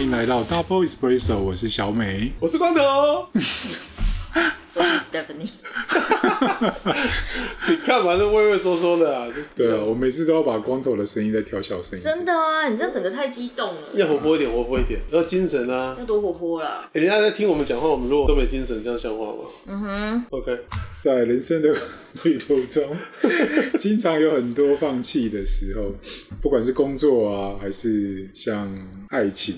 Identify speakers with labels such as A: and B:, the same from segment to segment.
A: 迎来到 Double Espresso，我是小美。
B: 我是哦光头，
C: 我是 Stephanie，
B: 你干嘛那畏畏缩缩的啊？
A: 对啊，我每次都要把光头的声音再调小声一点。
C: 真的啊，你这样整个太激动了，
B: 要活泼一点，活泼一点，要精神啊！
C: 要多活泼啦！
B: 欸人家在听我们讲话，我们如果都没精神，这样像话吗？嗯哼，OK，
A: 在人生的旅途中， 经常有很多放弃的时候，不管是工作啊，还是像爱情，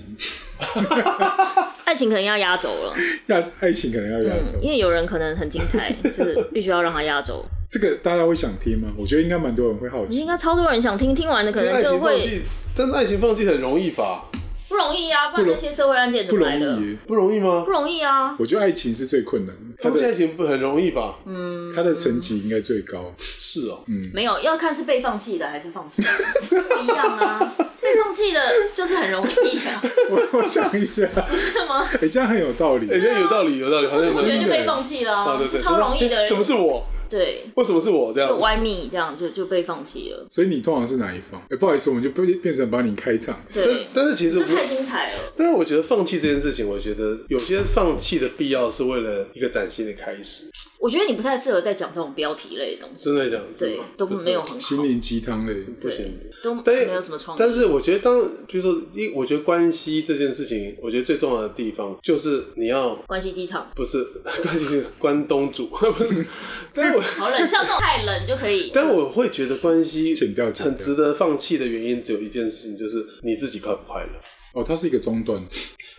C: 爱情可能要压轴了，
A: 压爱情可能要压轴。
C: 因为有人可能很精彩，就是必须要让他压轴。
A: 这个大家会想听吗？我觉得应该蛮多人会好
C: 你应
A: 奇。
C: 该超多人想听，听完的可能
B: 爱
C: 就
B: 情放
C: 会
B: 弃，但是爱情放弃很容易吧？
C: 不容易啊，不然
A: 不容
C: 那些社会案件怎
A: 不容
C: 么来的？
A: 易耶，
B: 不容易吗
C: 不？容易啊，
A: 我觉得爱情是最困难的，它
B: 放弃爱
A: 的
B: 情不很容易吧？
C: 嗯
A: 它的层级应该最 高。
B: 是哦，
C: 没有要看是被放弃的还是放弃的， 不一样啊。被放弃的就是很容易 啊，
A: 我我想一下，
C: 是吗？
A: 哎、这样很有道理。
B: 人家有道理，有道理，好像有
C: 我
B: 道
C: 觉得
B: 理
C: 就。被放弃了、
B: 啊
C: 啊，
B: 对
C: 就
B: 对，
C: 超容易的
B: 欸。怎么是我？
C: 对，
B: 为什么是我这样
C: 就？歪 me 这样就就被放弃了。
A: 所以你通常是哪一方？哎、不好意思，我们就变变成帮你开场。
B: 但
C: 对，
B: 但是其实
C: 这
B: 我
C: 太精彩了。
B: 但是我觉得放弃这件事情，我觉得有些放弃的必要是为了一个崭新的开始。
C: 我觉得你不太适合再讲这种标题类的东西
B: 真，的讲，真
C: 对
B: 的，
C: 都
B: 不是
C: 没有很好，
A: 心灵鸡汤类，
B: 不
C: 对
B: 行。
C: 都
B: 但
C: 没有什么创意。
B: 但是我觉得当，比如说，因我觉得关系这件事情，我觉得最重要的地方就是你要
C: 关系机场
B: 不是 关系关东煮， 不是。但我
C: 好冷，像这种太冷就可以。
B: 但我会觉得 关系
A: 剪掉剪掉
B: 很值得放弃的原因只有一件事情，就是你自己快不快乐。
A: 哦，它是一个中段，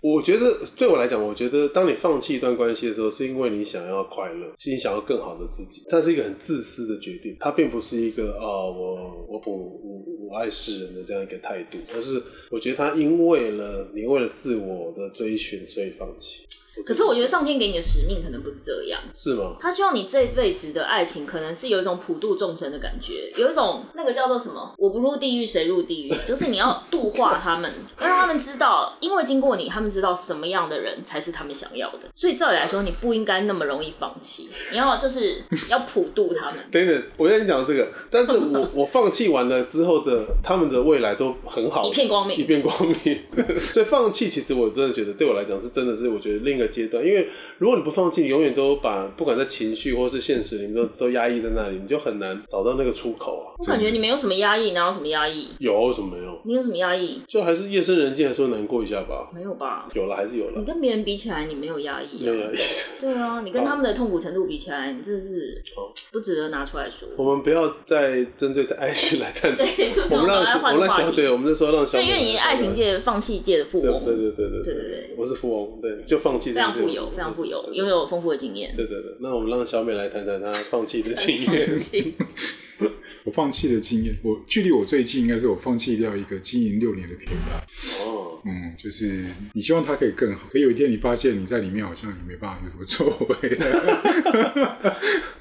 B: 我觉得对我来讲，我觉得当你放弃一段关系的时候，是因为你想要快乐，是你想要更好的自己。它是一个很自私的决定，它并不是一个啊、我我不我我爱世人的这样一个态度。但是我觉得他因为了你为了自我的追寻，所以放弃。
C: 可是我觉得上天给你的使命可能不是这样，
B: 是吗？
C: 他希望你这辈子的爱情可能是有一种普度众生的感觉，有一种那个叫做什么“我不入地狱谁入地狱”，就是你要度化他们，要让他们知道，因为经过你，他们知道什么样的人才是他们想要的。所以照理来说，你不应该那么容易放弃，你要就是要普度他们。
B: 等等，我跟你讲这个，但是我我放弃完了之后的他们的未来都很好，
C: 一片光
B: 一
C: 明，
B: 片光明。 所以放弃，其实我真的觉得对我来讲是真的是我觉得另一个阶段，因为如果你不放弃，你永远都把不管在情绪或是现实里面都都压抑在那里，你就很难找到那个出口啊。
C: 我感觉你没有什么压抑，哪有什么压抑？
B: 有啊为什么没有？
C: 你有什么压抑？
B: 就还是夜深人静，还是会难过一下吧。
C: 没有吧？
B: 有了还是有
C: 你
B: 了，
C: 跟别人比起来，你没有压抑
B: 没有
C: 啊。
B: 意思。
C: 对啊，你跟他们的痛苦程度比起来，你真的是
B: 好
C: 不值得拿出来说。
B: 哦我们不要再针对爱情来探讨，
C: 对，是不是
B: 我
C: 我
B: 们让
C: 们赶快
B: 我
C: 换
B: 们
C: 个
B: 让
C: 话
B: 小
C: 题？
B: 对，我们就说让小
C: 对，因为
B: 美
C: 你是
B: 来
C: 爱情界的放弃界的富
B: 对
C: 翁，
B: 对对对对
C: 对对对
B: 我是富翁，对，就放弃这
C: 非
B: 件
C: 常
B: 事
C: 富
B: 情
C: 有，非常富有，拥有丰富的经验。
B: 对对对，那我们让小美来谈谈她放弃的经验。
A: 我放弃的经验，我距离我最近应该是我放弃掉一个经营六年的品牌。
B: 哦，
A: 嗯，就是你希望它可以更好，可有一天你发现你在里面好像也没办法有什么作为 了。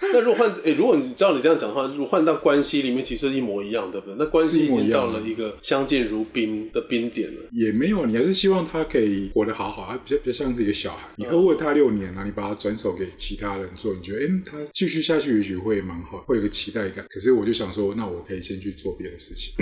B: 那如果换，诶，如果你照你这样讲的话，如果换到关系里面，其实一模一样，对不对？那关
A: 是
B: 系
A: 一
B: 已
A: 模一
B: 经
A: 样
B: 到了一个相敬如宾的冰点了。
A: 也没有，你还是希望他可以活得好好，他比较比较像是一个小孩。你呵护了他六年啊，你把他转手给其他人做，你觉得，哎、他继续下去也许会蛮好，会有个期待感。可是我就想说，那我可以先去做别的事情，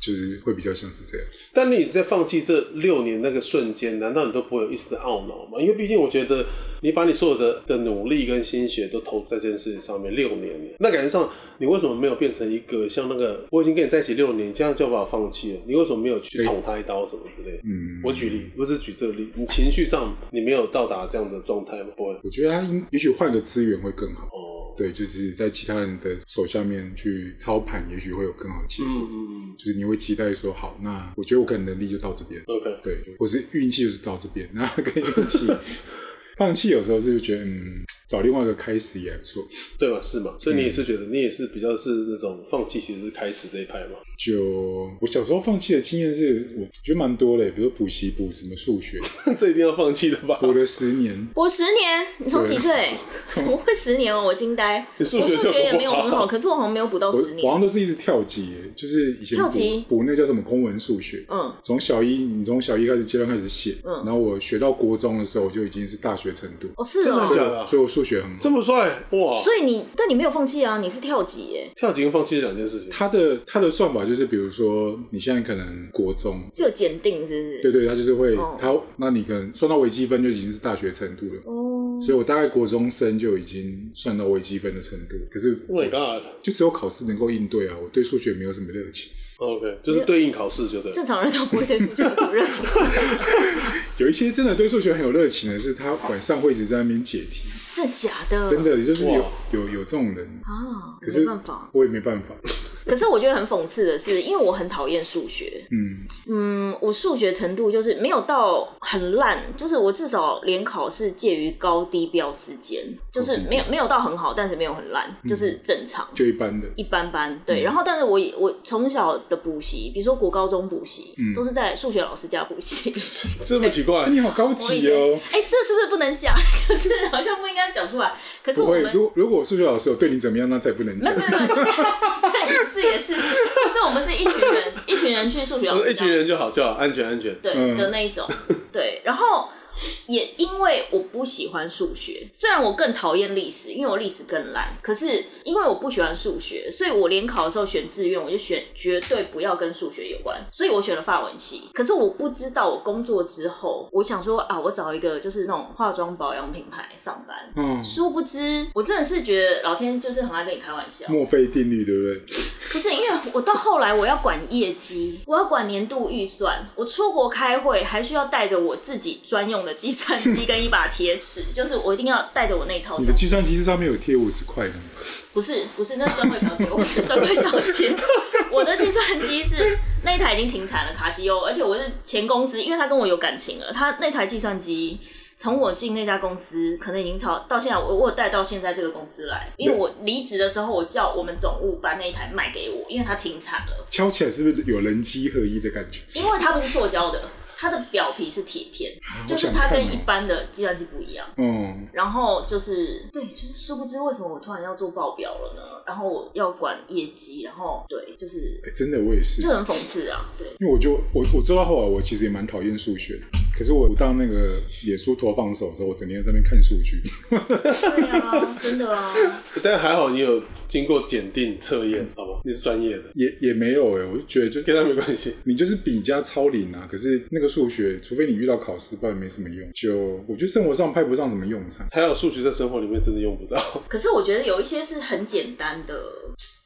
A: 就是会比较像是这样。
B: 但你在放弃这六年那个瞬间，难道你都不会有一丝懊恼吗？因为毕竟我觉得你把你所有的的努力跟心血都投在这件事情上面，六年了，那感觉上你为什么没有变成一个像那个我已经跟你在一起六年，这样就把我放弃了？你为什么没有去捅他一刀什么之类的？
A: 嗯，
B: 我举例，我只是举这个例，你情绪上你没有到达这样的状态吗？不会。
A: 我觉得他应也许换个资源会更好。
B: 哦，
A: 对，就是在其他人的手下面去操盘，也许会有更好的结果。
B: 嗯嗯嗯
A: 就是你会期待说，好，那我觉得我可能能力就到这边，
B: ，OK。
A: 对，或是运气就是到这边，那跟运气 放弃有时候是觉得，嗯，找另外一个开始也还不错，
B: 对吧？是嘛？所以你也是觉得你也是比较是那种放弃，其实是开始这一派嘛？
A: 就我小时候放弃的经验是，我觉得蛮多的，比如补习补什么数学，
B: 这一定要放弃的吧？
A: 补了十年，
C: 我十年，你从几岁？怎么会十年哦？我惊呆。
B: 你
C: 我
B: 数学
C: 数学也没有很
B: 就不好
C: 好，可是我好像没有补到
A: 我
C: 十
A: 我好
C: 年。
A: 像都是一直跳级耶，就是以前
C: 跳
A: 补
C: 级
A: 补那叫什么公文数学，
C: 嗯，
A: 从小一你从小一开始阶段开始写，
C: 嗯
A: 然后我学到国中的时候，我就已经是大学程度。
C: 哦，是
B: 真的
C: 哦
B: 假，的啊
A: 所以我数数学很好。
B: 这么帅哇！
C: 所以你，但你没有放弃啊，你是跳级耶，
B: 跳级跟放弃这两件事情，
A: 他的他的算法就是，比如说你现在可能国中，
C: 是有检定是不是？
A: 对对，他就是会
C: 哦
A: 他，那你可能算到微积分就已经是大学程度了。
C: 哦，
A: 所以我大概国中生就已经算到微积分的程度，可是
B: Oh my god！OK，、
A: 就只有考试能够应对啊。我对数学没有什么热情，
B: OK，就是对应考试就对了。
C: 正常人都不会对数学有什么 热情。
A: 有一些真的对数学很有热情的是，他晚上会一直在那边解题，
C: 真的假的？
A: 真的就是有
B: 哇
A: 有有这种人，
C: 嗯啊，
A: 可是
C: 没办法。
A: 我也没办法。
C: 可是我觉得很讽刺的是，因为我很讨厌数学，
A: 嗯，
C: 嗯，我数学程度就是没有到很烂，就是我至少联考是介于高低标之间，就是没有没有到很好，但是没有很烂，就是正常。
A: 嗯就嗯一般 的。
C: 一般般，对。然后，但是我也我从小的补习，比如说国高中补习，
A: 嗯
C: 都是在数学老师家补习。
B: 这么奇怪
C: 哎
A: 啊，你好高
C: 我以
A: 级
C: 前，
A: 哦。
C: 哎、这是不是不能讲？ 就是好像不应该讲出来。可是
A: 不
C: 我
A: 会
C: 们，
A: 如如果数学老师有对你怎么样，那才不能讲。
C: 对，是也是，就是我们是一群人，一群人去数学老
B: 我
C: 师
B: 说一
C: 家
B: 群人就好就好，安全安全。
C: 对、
A: 嗯
C: 的那一种，对，然后。也因为我不喜欢数学，虽然我更讨厌历史，因为我历史更烂。可是因为我不喜欢数学，所以我联考的时候选志愿，我就选绝对不要跟数学有关，所以我选了法文系。可是我不知道，我工作之后，我想说啊，我找一个就是那种化妆保养品牌上班。
A: 嗯，
C: 殊不知，我真的是觉得老天就是很爱跟你开玩笑。
A: 墨菲定律对不对？
C: 不是，因为我到后来我要管业绩，我要管年度预算，我出国开会还需要带着我自己专用的计算机跟一把铁尺， 就是我一定要带着我那一套
A: 你。的计算机上面有贴五十块的吗？
C: 不是不是，那是专柜小姐，我是专柜小姐。我的计算机是那一台已经停产了，卡西欧，而且我是前公司，因为他跟我有感情了，他那台计算机。从我进那家公司，可能已经超到现在，我我有带到现在这个公司来，因为我离职的时候，我叫我们总务把那一台卖给我，因为它停产了。
A: 敲起来是不是有人机合一的感觉？
C: 因为它不是塑胶的，它的表皮是铁片，
A: 我
C: 就是
A: 想
C: 它
A: 看
C: 跟
A: 哦
C: 一般的计算机不一样。
A: 嗯，
C: 然后就是对，就是殊不知为什么我突然要做报表了呢？然后我要管业绩，然后对，就是
A: 哎真的我也是
C: 就，很讽刺啊，对。
A: 因为我就我我做到后来，我其实也蛮讨厌数学的。可是我当那个脸书投放手的时候，我整天在那边看数据。
C: 对啊，真的啊，
B: 但还好你有经过检定测验，好吧？你是专业的，
A: 也也没有哎、我就觉得就是
B: 跟他没关系。
A: 你就是比加超龄啊，可是那个数学，除非你遇到考试，不然没什么用。就我觉得生活上派不上什么用场。
B: 还有数学在生活里面真的用不到，
C: 可是我觉得有一些是很简单的，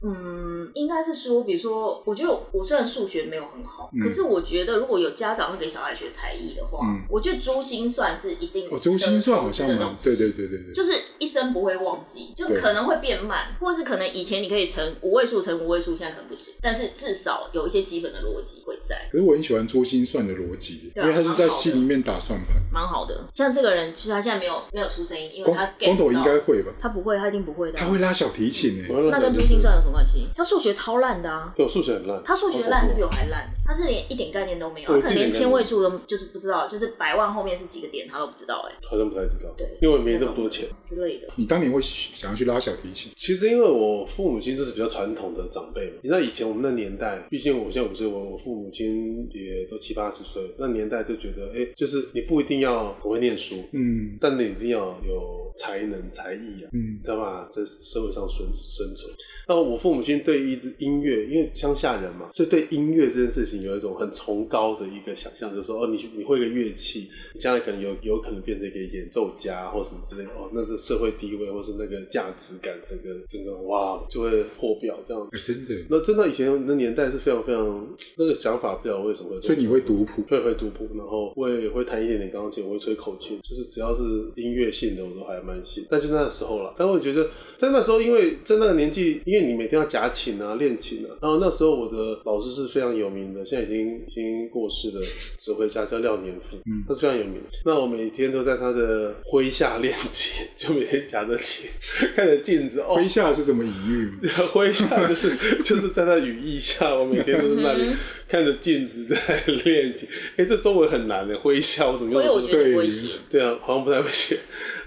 C: 嗯，应该是说，比如说，我觉得我虽然数学没有很好，可是我觉得如果有家长会给小孩学才艺的话，
A: 嗯
C: 我觉得珠心算是一定
A: 哦，珠心算好像
C: 的
A: 蛮
C: 东……
A: 对
C: 西。
A: 对对对对，
C: 就是一生不会忘记，就是
A: 对
C: 可能会变慢，或是可能以前你可以乘五位数乘五位数，现在可能不行，但是至少有一些基本的逻辑会在，
A: 可是我很喜欢珠心算的逻辑，
C: 对
A: 因
C: 啊
A: 为它是在心里面打算盘。
C: 蛮好的。像这个人，其实他现在没有没有出声音，因为
A: 光
C: 他 get
A: 光头
C: 不到
A: 应该会吧？
C: 他不会，他一定不会的啊。
A: 他会拉小提琴欸诶、
B: 我
C: 那 跟珠心算有什么关系？他数学超烂的啊。
B: 对我数学很烂，
C: 他数学烂是比我还烂，他是连一点概念都没有，啊
B: 我一
C: 他可能
B: 点
C: 连
B: 概念
C: 千位数都就是不知道，就是百万后面是几个点他都不知道哎、
B: 好像不太知道
C: 对，
B: 因为我没那么多钱。
C: 之类的。
A: 你当年会想要去拉小提琴？
B: 其实因为我父母亲就是比较传统的长辈嘛，你知道以前我们那年代，毕竟我现在五岁，我我父母亲也都七八十岁，那年代就觉得，哎、就是你不一定要很会念书，
A: 嗯
B: 但你一定要有才能才艺啊，
A: 嗯
B: 你知道吧？在社会上生生存。那我父母亲对一支音乐，因为乡下人嘛，所以对音乐这件事情有一种很崇高的一个想象，就是说，哦，你去你会个乐器，你将来可能有有可能变成一个演奏家或什么之类的，哦，那是社会地位或是那个价值感，整个整个哇就会破表这样。
A: 哎、真的耶。
B: 那真的以前那年代是非常非常那个想法，不知道为什么会这样。
A: 所以你会读谱？
B: 会会读谱，然后会会弹一点点钢琴，我会吹口琴，就是只要是音乐性的我都还蛮信。但就那时候了，但我觉得在那时候，因为在那个年纪，因为你每天要夹琴啊、练琴啊，然后那时候我的老师是非常有名的，现在已经已经过世的指挥家叫廖年富，
A: 嗯
B: 他是非常有名。那我每天都在他的麾下练琴， 就每天夹着琴，看着镜子，哦，
A: 麾下是什么隐喻吗？
B: 麾下就是 就是在那羽翼下，我每天都在那
C: 嗯
B: 里看着镜子在练琴。哎、这中文很难的，麾下我怎么
C: 所以我
B: 用？
C: 觉得你不会写，
B: 对啊，好像不太会写。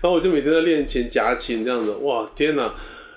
B: 然后我就每天在练琴、夹琴这样子，哇，天哪！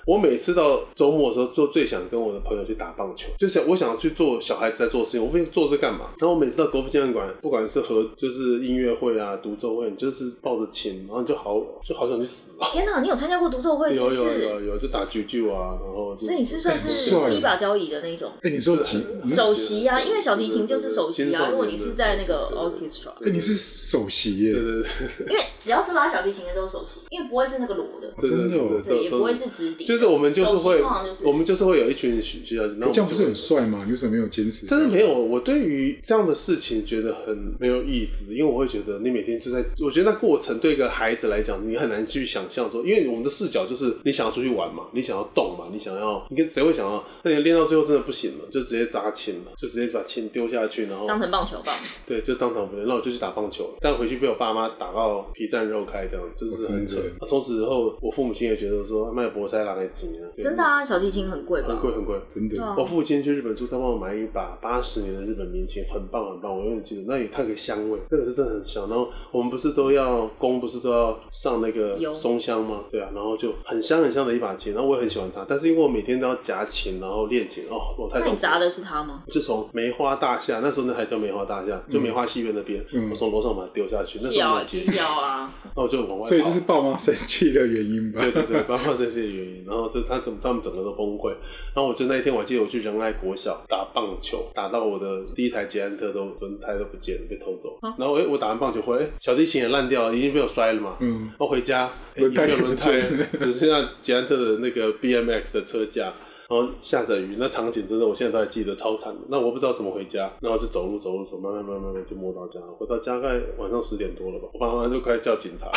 B: 我每次到周末的时候，就最想跟我的朋友去打棒球，就想我想要去做小孩子在做的事情，我为做这干嘛？然后我每次到国父纪念馆，不管是和就是音乐会啊、独奏会，你就是抱着琴，然后就好就好想去死啊！
C: 天哪，你有参加过独奏会是
B: 有
C: 不
B: 有
C: 是？
B: 有有，就打啾啾啊，然后就
C: 所以你是算是
A: 很帅
C: 第一把交椅的那种。
A: 哎，你说几？你
C: 首席啊，因为小提琴就是首
B: 对
C: 席
B: 对对
C: 啊。
B: 对
C: 如果你是在那个
B: 对对对
C: orchestra，
A: 哎，你是首席耶
B: 对，对对。
C: 因为只要是拉小提琴的都是首席，因为不会是那个锣的，
A: 哦真的哦。
B: 对
C: 对，也
B: 都
C: 不会是直笛的。
B: 就是我们就是
C: 首
B: 会
C: 席通常就，是
B: 我们就是会有一群学学校生，然后
A: 这样不是
B: 我
A: 很
B: 们就会
A: 帅吗？你为什么没有坚持？
B: 但是没有，我对于这样的事情觉得很没有意思，因为我会觉得你每天就在，我觉得那过程对一个孩子来讲，你很难去想象说，因为我们的视角就是你想要出去玩嘛，你想要动嘛，你想要，你跟谁会想要？那你练到最后真的不行了，就直接砸琴了，就直接把琴丢下去，然后
C: 当成棒球棒，
B: 对，就当场不练，那我就去打棒球了。但回去被我爸妈打到皮绽肉开，这样就是很扯
A: 哦真的。
B: 那从此之后，我父母亲也觉得说，卖博塞拉给紧啊，对
C: 真的啊，小提琴很贵吧
B: 很？贵很贵。
A: 真的
C: 对啊
B: 我父亲去日本住，他帮我买一把八十年的日本民琴，很棒很棒，我永远记得。那里它有个香味，那个是真的很香。然后我们不是都要公，不是都要上那
C: 油
B: 个松香吗？对啊，然后就很香很香的一把琴，然后我也很喜欢它。但是因为我每天都要夹琴，然后练琴，哦，我太
C: 那
B: 痛苦了。
C: 你砸的是它吗？
B: 就从梅花大厦，那时候那还叫梅花大厦，就梅花戏院那边，
A: 嗯
B: 我从楼上把它丢下去，那时
C: 笑
B: 候
C: 啊，
B: 很
C: 踢
B: 急，
C: 笑啊！
B: 然后我就往外跑。
A: 所以这是爸妈生气的原因吧？
B: 对对对，包括这些原因，然后就他整他们整个都崩溃。然后我就那一天，我记得我去仁爱国小打棒球，打到我的第一台捷安特都轮胎都不见了，被偷走。
C: 啊
B: 然后哎、我打完棒球回来，哎小提琴也烂掉了，已经被我摔了嘛。
A: 嗯，
B: 我回家，哎
A: 轮胎
B: 也没有轮胎
A: 也不见了，
B: 只剩下捷安特的那个 BMX 的车架。然后下着雨，那场景真的我现在都还记得，超惨的。那我不知道怎么回家，然后就走路走路走，慢慢慢慢慢慢就摸到家。回到家大概晚上十点多了吧，我爸妈就快叫警察，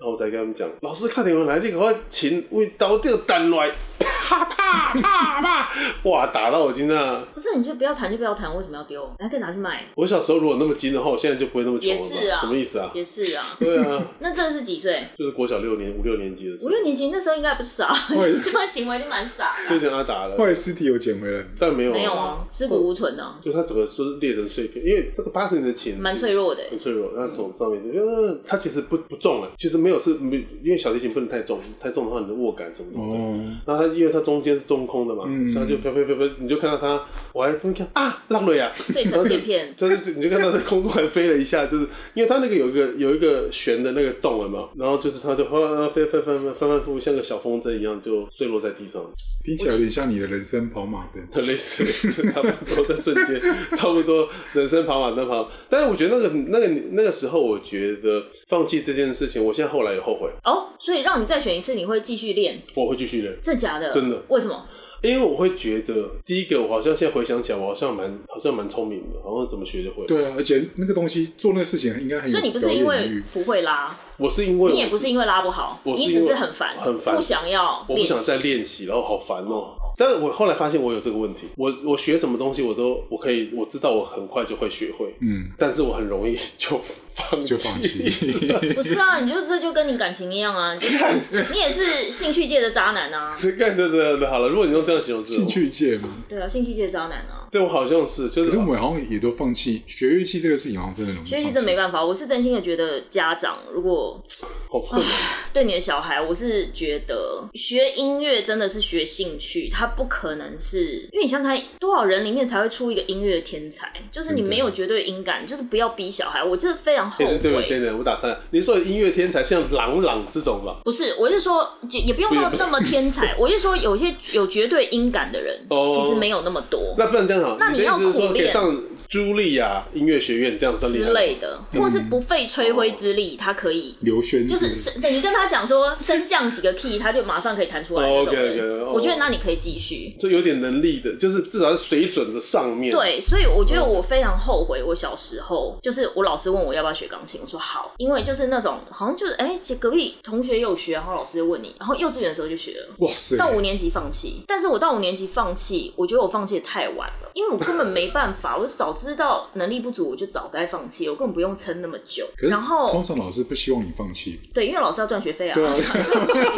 B: 然后我才跟他们讲，老师看电话来，你赶快琴为刀掉弹来， 啪啪啪啪，哇，打到我今天。
C: 不是，你就不要弹就不要弹，为什么要丢？还可以拿去卖，
B: 我小时候如果那么精的话，我现在就不会那么穷
C: 也是
B: 了吧？
C: 啊
B: 什么意思啊？
C: 也是啊。
B: 对啊，
C: 那这是几岁？
B: 就是国小六年五六年级的时
C: 五
B: 候，
C: 六年级那时候应该不傻， 这样行为就蛮傻的。
B: 就跟阿达了。
A: 后来尸体有捡回来吗，
B: 但没有
C: 没有啊，尸骨无存啊，
B: 就它整个就是裂成碎片，因为这个八十年的琴
C: 蛮脆
B: 弱，
C: 弱的欸。
B: 很脆弱。它从上面就，呃，它其实不不重哎、其实没有是没，因为小提琴不能太重，太重的话你的握感什么的。
A: 哦，
B: 然后它因为它中间是中空的嘛，
A: 嗯
B: 所以它就飘飘飘飘，你就看到它，我还你看啊，浪了呀，
C: 碎成片片，
B: 就是你就看到在空中还飞了一下，就是因为它那个有一个有一个旋的那个洞了嘛，然后就是它就哗啦啦飞飞翻翻翻翻覆覆，像个小风筝一样就坠落在地上。
A: 听起来有点像你的人生跑马灯。
B: 很类似， 差不多的瞬间，差不多人生跑马灯跑。但是我觉得那个那个那个时候，我觉得放弃这件事情，我现在后来也后悔，
C: 哦，所以让你再选一次，你会继续练？
B: 我会继续练，
C: 真的假的？
B: 真的
C: 为什么？
B: 因为我会觉得第一个，我好像现在回想起来，我好像蛮好像蛮聪明的，好像怎么学就会。，
A: 对啊，而且那个东西做那个事情应
B: 哎
A: 该很有
C: 所以你不是因
A: 表演
C: 为
A: 欲
C: 不会拉，
B: 我是因为
C: 你也不是因为拉不好，
B: 我是
C: 你
B: 因
C: 只
B: 为
C: 是很烦，
B: 很烦
C: 不想要
B: 我不
C: 练
B: 想
C: 习。
B: 再练习，然后好烦哦、但是我后来发现我有这个问题，我我学什么东西我都我可以，我知道我很快就会学会，
A: 嗯，
B: 但是我很容易 就放
A: 就放 弃。
C: 不是啊，你就这就跟你感情一样啊，你就是你也是兴趣界的渣男啊，
B: 对对对对对，好了，如果你用这样形容词，
A: 兴趣界嘛。
C: 对啊，兴趣界的渣男啊。
B: 对我好像是，
A: 可
B: 就是
A: 是我们好像也都放弃学乐器这个事情，好像真的容易
C: 学习
A: 放
C: 真
A: 弃
C: 没办法，我是真心的觉得家长如果
B: 好
C: 哦
B: 困难。
C: 对你的小孩，我是觉得学音乐真的是学兴趣，他不可能是因为你像他多少人里面才会出一个音乐天才，就是你
A: 真的
C: 没有绝对音感，就是不要逼小孩，我真的非常后
B: 哎对对
C: 悔。
B: 对对对，我打算你说的音乐天才像朗朗这种吧？
C: 不是，我是说，也也不用到那么天才。我是说，有些有绝对音感的人，
B: 哦
C: 其实没有那么多
B: 那不然这样好，
C: 那你
B: 的意
C: 要
B: 思是说
C: 苦
B: 可以
C: 练
B: 上茱莉亚音乐学院这样算厉害
C: 之类的，或是不费吹灰之力，他可以
A: 刘轩
C: 就
A: 之类
C: 是
A: 的
C: 是你跟他讲说升降几个 key，他就马上可以弹出来那种人。
B: OK，OK，哦
C: 我觉得那你可以继续。
B: 就有点能力的，就是至少在水准的上面。，
C: 对，所以我觉得我非常后悔，我小时候就是我老师问我要不要学钢琴，我说好，因为就是那种好像就是哎、隔壁同学有学，然后老师就问你，然后幼稚园的时候就学了。
A: 哇塞，
C: 到五年级 放弃，但是我到五年级放弃，我觉得我放弃的太晚了，因为我根本没办法，我早师到能力不足，我就早该放弃了，我根本不用撑那么久。
A: 可是
C: 然后
A: 通常老师不希望你放弃，
C: 对，因为老师要赚学费啊，
A: 对啊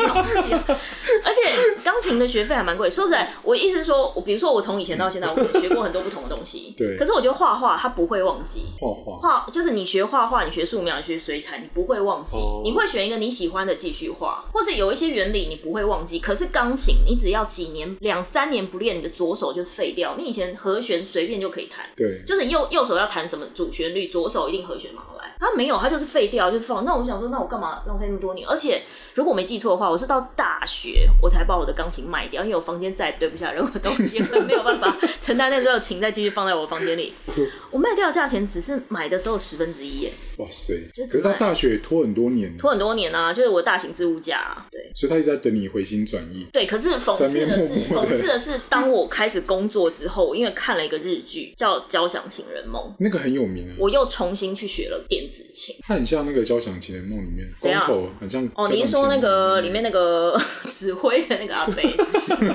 C: 而且钢琴的学费还蛮贵。说实在，我意思是说，我比如说我从以前到现在，我学过很多不同的东西。
A: 对
C: 可是我觉得画画它不会忘记，
A: 画画
C: 画就是你学画画，你学素描，你学水彩，你不会忘记，
B: 哦
C: 你会选一个你喜欢的继续画，或是有一些原理你不会忘记。可是钢琴，你只要几年、两三年不练，你的左手就废掉。你以前和弦随便就可以弹，
A: 对，
C: 就是右右手要弹什么主旋律，左手一定和弦马上来。他没有，他就是废掉，就是放。那我想说，那我干嘛浪费那么多年？而且如果我没记错的话，我是到大学我才把我的钢琴卖掉，因为我房间再也堆不下任何东西，我没有办法承担那热情再继续放在我房 间里。我卖掉的价钱只是买的时候十分之一，耶，
A: 哇塞！
C: 就
A: 可
C: 是
A: 是他大学拖很多年，
C: 拖很多年啊，就是我的大型置物架、啊。对，
A: 所以他一直在等你回心转意。
C: 对，可是讽刺的是
A: 在，面目
C: 讽刺的是，当我开始工作之后，我因为看了一个日剧叫《交响情人梦》，
A: 那个很有名啊，
C: 我又重新去学了电子琴。
A: 他很像那个《交响情人梦》里面
C: 谁
A: 光
C: 啊
A: 头，很像交
C: 哦，
A: 响
C: 你是说
A: 情
C: 那
A: 人
C: 个
A: 梦
C: 里面那个 指挥的那个阿 贝？是不是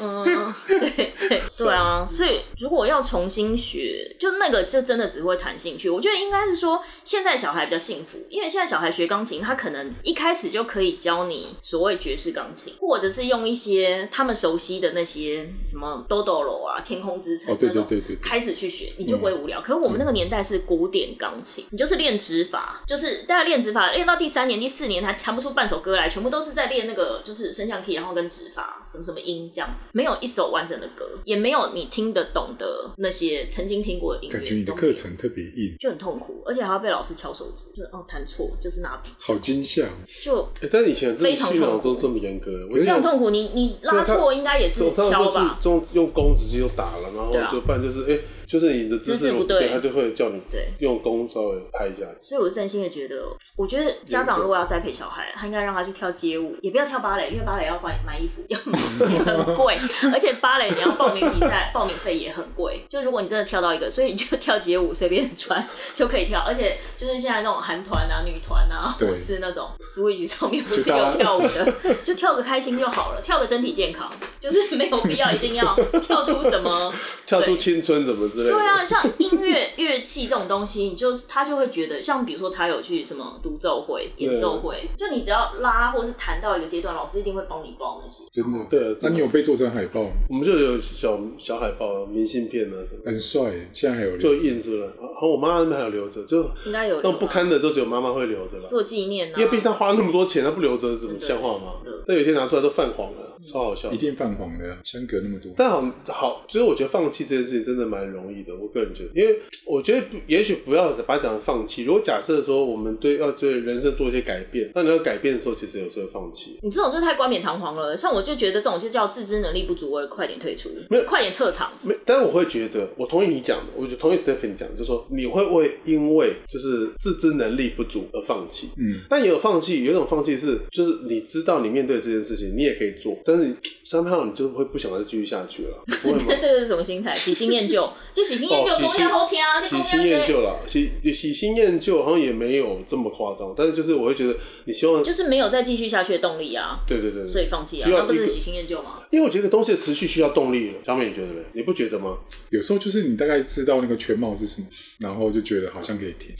C: 嗯，对对对啊，所以如果要重新学，就那个就真的只会弹兴趣。我觉得应该是说，现在小孩比较幸福，因为现在小孩学钢琴，他可能一开始就可以教你所谓爵士钢琴，或者是用一些他们熟悉的那些什么 Dodoro 啊、天空之城
A: 哦，对对
C: 那种
A: 对对对
C: 开始去学，你就不会
A: 嗯
C: 无聊。可是我们那个年代是古典钢琴，你就是练指法，就是大家练指法，练到第三年、第四年还弹不出半首歌来，全部都是在练那个就是升降 key，然后跟指法什么什么音这样子，没有一首完整的歌，也没有你听得懂的那些曾经听过的音乐。
A: 感觉你的
C: 都没有
A: 课程特别硬，
C: 就很痛苦，而且还要被老师敲手指，就哦弹错，就是拿笔，
A: 好惊吓哦。
C: 就
B: 欸但以前真
C: 非
B: 的
C: 常
B: 训导
C: 痛
B: 中
C: 苦
B: 这么严格，我
A: 非
C: 非
B: 记得
C: 常痛苦。你你
B: 啊
C: 拉
A: 啊
C: 错应该也是
B: 手上
C: 敲
B: 就是
C: 吧？
B: 用用弓直接就打了，然后
C: 对啊
B: 就不然就是哎、就是你的姿
C: 姿势不
B: 不
C: 对
B: 他就会叫你
C: 对
B: 用弓稍微拍一下。
C: 所以我真心的觉得，我觉得家长如果要栽培小孩，他应该让他去跳街舞，也不要跳芭蕾，因为芭蕾要买买衣服， 要买鞋很 贵，而且芭蕾你要报名比赛，报名费也很贵。就如果你真的跳到一个，所以你就跳街舞，随便穿就可以跳，而且就是现在那种韩团啊、女团啊，
A: 对
C: 或是那种 Switch 上面不是
A: 就大
C: 有
A: 家
C: 跳舞的，就跳个开心就好了，跳个身体健康，就是没有必要一定要跳出什么。
B: 跳出
C: 对
B: 青春怎么之类的。
C: 对啊，像音乐乐器这种东西，你就是他就会觉得，像比如说他有去什么独奏会、演奏会，就你只要拉或是弹到一个阶段，老师一定会帮你报那些。
A: 真的，
B: 对啊
A: 那你有被做成海报吗？
B: 我们就有小小海报、明信片啊什么，
A: 很帅耶，现在还有
B: 就
A: 留。
B: 印出来。好，好我妈那边还有留着，就
C: 应该有
B: 那
C: 留
B: 种
C: 吧
B: 不堪的都只有妈妈会留着啦。
C: 做纪念啊，
B: 因为毕竟她花那么多钱，她不留着怎么
C: 真的
B: 像话嘛
C: 真的？嗯
B: 那有一天拿出来都泛黄了，超好笑
A: 一。定泛黄的啊，相隔那么多。
B: 但好好，就是我觉得放弃这件事情真的蛮容易的。我个人觉得，因为我觉得不也许不要把它讲成放弃。如果假设说我们对要对人生做一些改变，那你要改变的时候，其实有时候会放弃。
C: 你这种就太冠冕堂皇了。像我就觉得这种就叫自知能力不足，我也快点退出，快点撤场。
B: 没，但我会觉得，我同意你讲的，我就同意 Stephanie 讲的，就是说你会为因为就是自知能力不足而放弃。
A: 嗯，
B: 但也有放弃，有一种放弃是，就是你知道你面对这件事情，你也可以做，但是你 somehow 你就会不想再继续下去 了，不会
C: 那
B: 吗？
C: 这是什么心态？ 喜新厌旧，就喜新厌旧，
B: 哦喜
C: 公家
B: 新
C: 后天啊，就
B: 喜
C: 公家
B: 新厌旧啦，喜喜新厌旧好像也没有这么夸张，但是就是我会觉得你希望，
C: 就是没有再继续下去的动力啊，
B: 对对对
C: 所
B: 对，
C: 以放弃啊，
B: 需要
C: 那不
B: 一
C: 是
B: 个
C: 喜新厌旧吗？
B: 因为我觉得东西的持续需要动力了，小美你觉得呢？你不觉得 吗？
A: 有时候就是你大概知道那个全貌是什么，然后就觉得好像可以停。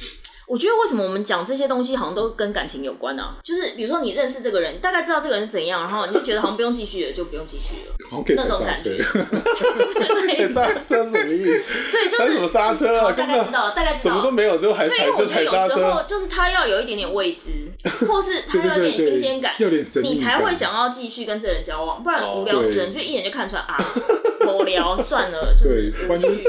C: 我觉得为什么我们讲这些东西好像都跟感情有关啊？就是比如说你认识这个人，大概知道这个人是怎样，然后你就觉得好像不用继续了，就不用继续了，
A: 好像可以踩
C: 那种
A: 刹
C: 感
A: 车
C: 觉。
B: 欸刹车什么意思？
C: 对，就
B: 踩
C: 是
B: 什么刹车啊？
C: 好
B: 根
C: 大概知
B: 本
C: 道，大概知
B: 什么都
C: 道。
B: 没有，就还
C: 对，因
B: 踩
C: 为我
B: 就
C: 觉得
B: 踩
C: 有
B: 刹
C: 时候
B: 车。
C: 就是他要有一点点未 知，或是他
A: 对
C: 要有
A: 对
C: 点
A: 对
C: 新
A: 对，
C: 鲜感，
A: 要有点神秘
C: 你
A: 感
C: 才会想要继续跟这人交往，不然
B: 哦
C: 无聊死人，就
A: 对
C: 一眼就看出来啊，无聊算了，就是
A: 对
C: 无
A: 关
C: 趣
A: 于，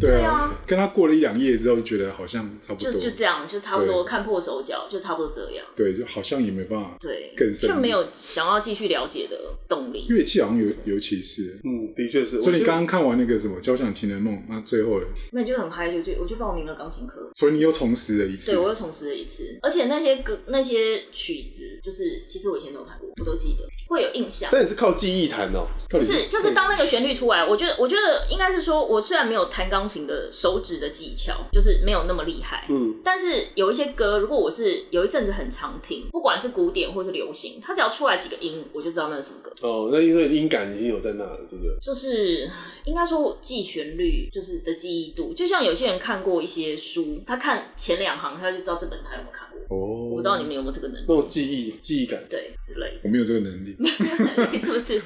A: 对
C: 对
A: 啊
C: 啊，
A: 跟他过了一两夜之后，就觉得好像差不
C: 就
A: 多，
C: 就这样，就差不多
A: 对
C: 看破手脚，就差不多这样。
A: 对，就好像也没办法。
C: 对
A: 更，深
C: 就
A: 入
C: 没有想要继续了解的动力。
A: 乐器好像尤尤其是，
B: 嗯，的确
A: 所
B: 是。
A: 以
B: 我觉
A: 你
B: 得
A: 刚刚看完那个什么《交响情人梦》，那最后了，
C: 那就很嗨，就就我就报名了钢琴课，
A: 所以你又重拾了一次
C: 对。我又重拾了一次，而且那些歌那些曲子，就是其实我以前都有弹过，我都记得，会有印象。
B: 但你是靠记忆弹哦、
A: 到底
C: 是，就是当那个旋律出来，我觉得，我觉得应该是说，我虽然没有弹钢钢琴的手指的技巧，就是没有那么厉害。
B: 嗯，
C: 但是有一些歌，如果我是有一阵子很常听，不管是古典或是流行，它只要出来几个音，我就知道那是什么歌。
B: 哦，那因为音感已经有在那了，对不对？
C: 就是应该说我记旋律，就是的记忆度，就像有些人看过一些书，他看前两行他就知道这本他有没有看过。
A: 哦，
C: 我不知道你们有没有这个能力，
B: 那种记忆记忆感，
C: 对之类的。
A: 我没有这个能力。
C: 是 不是？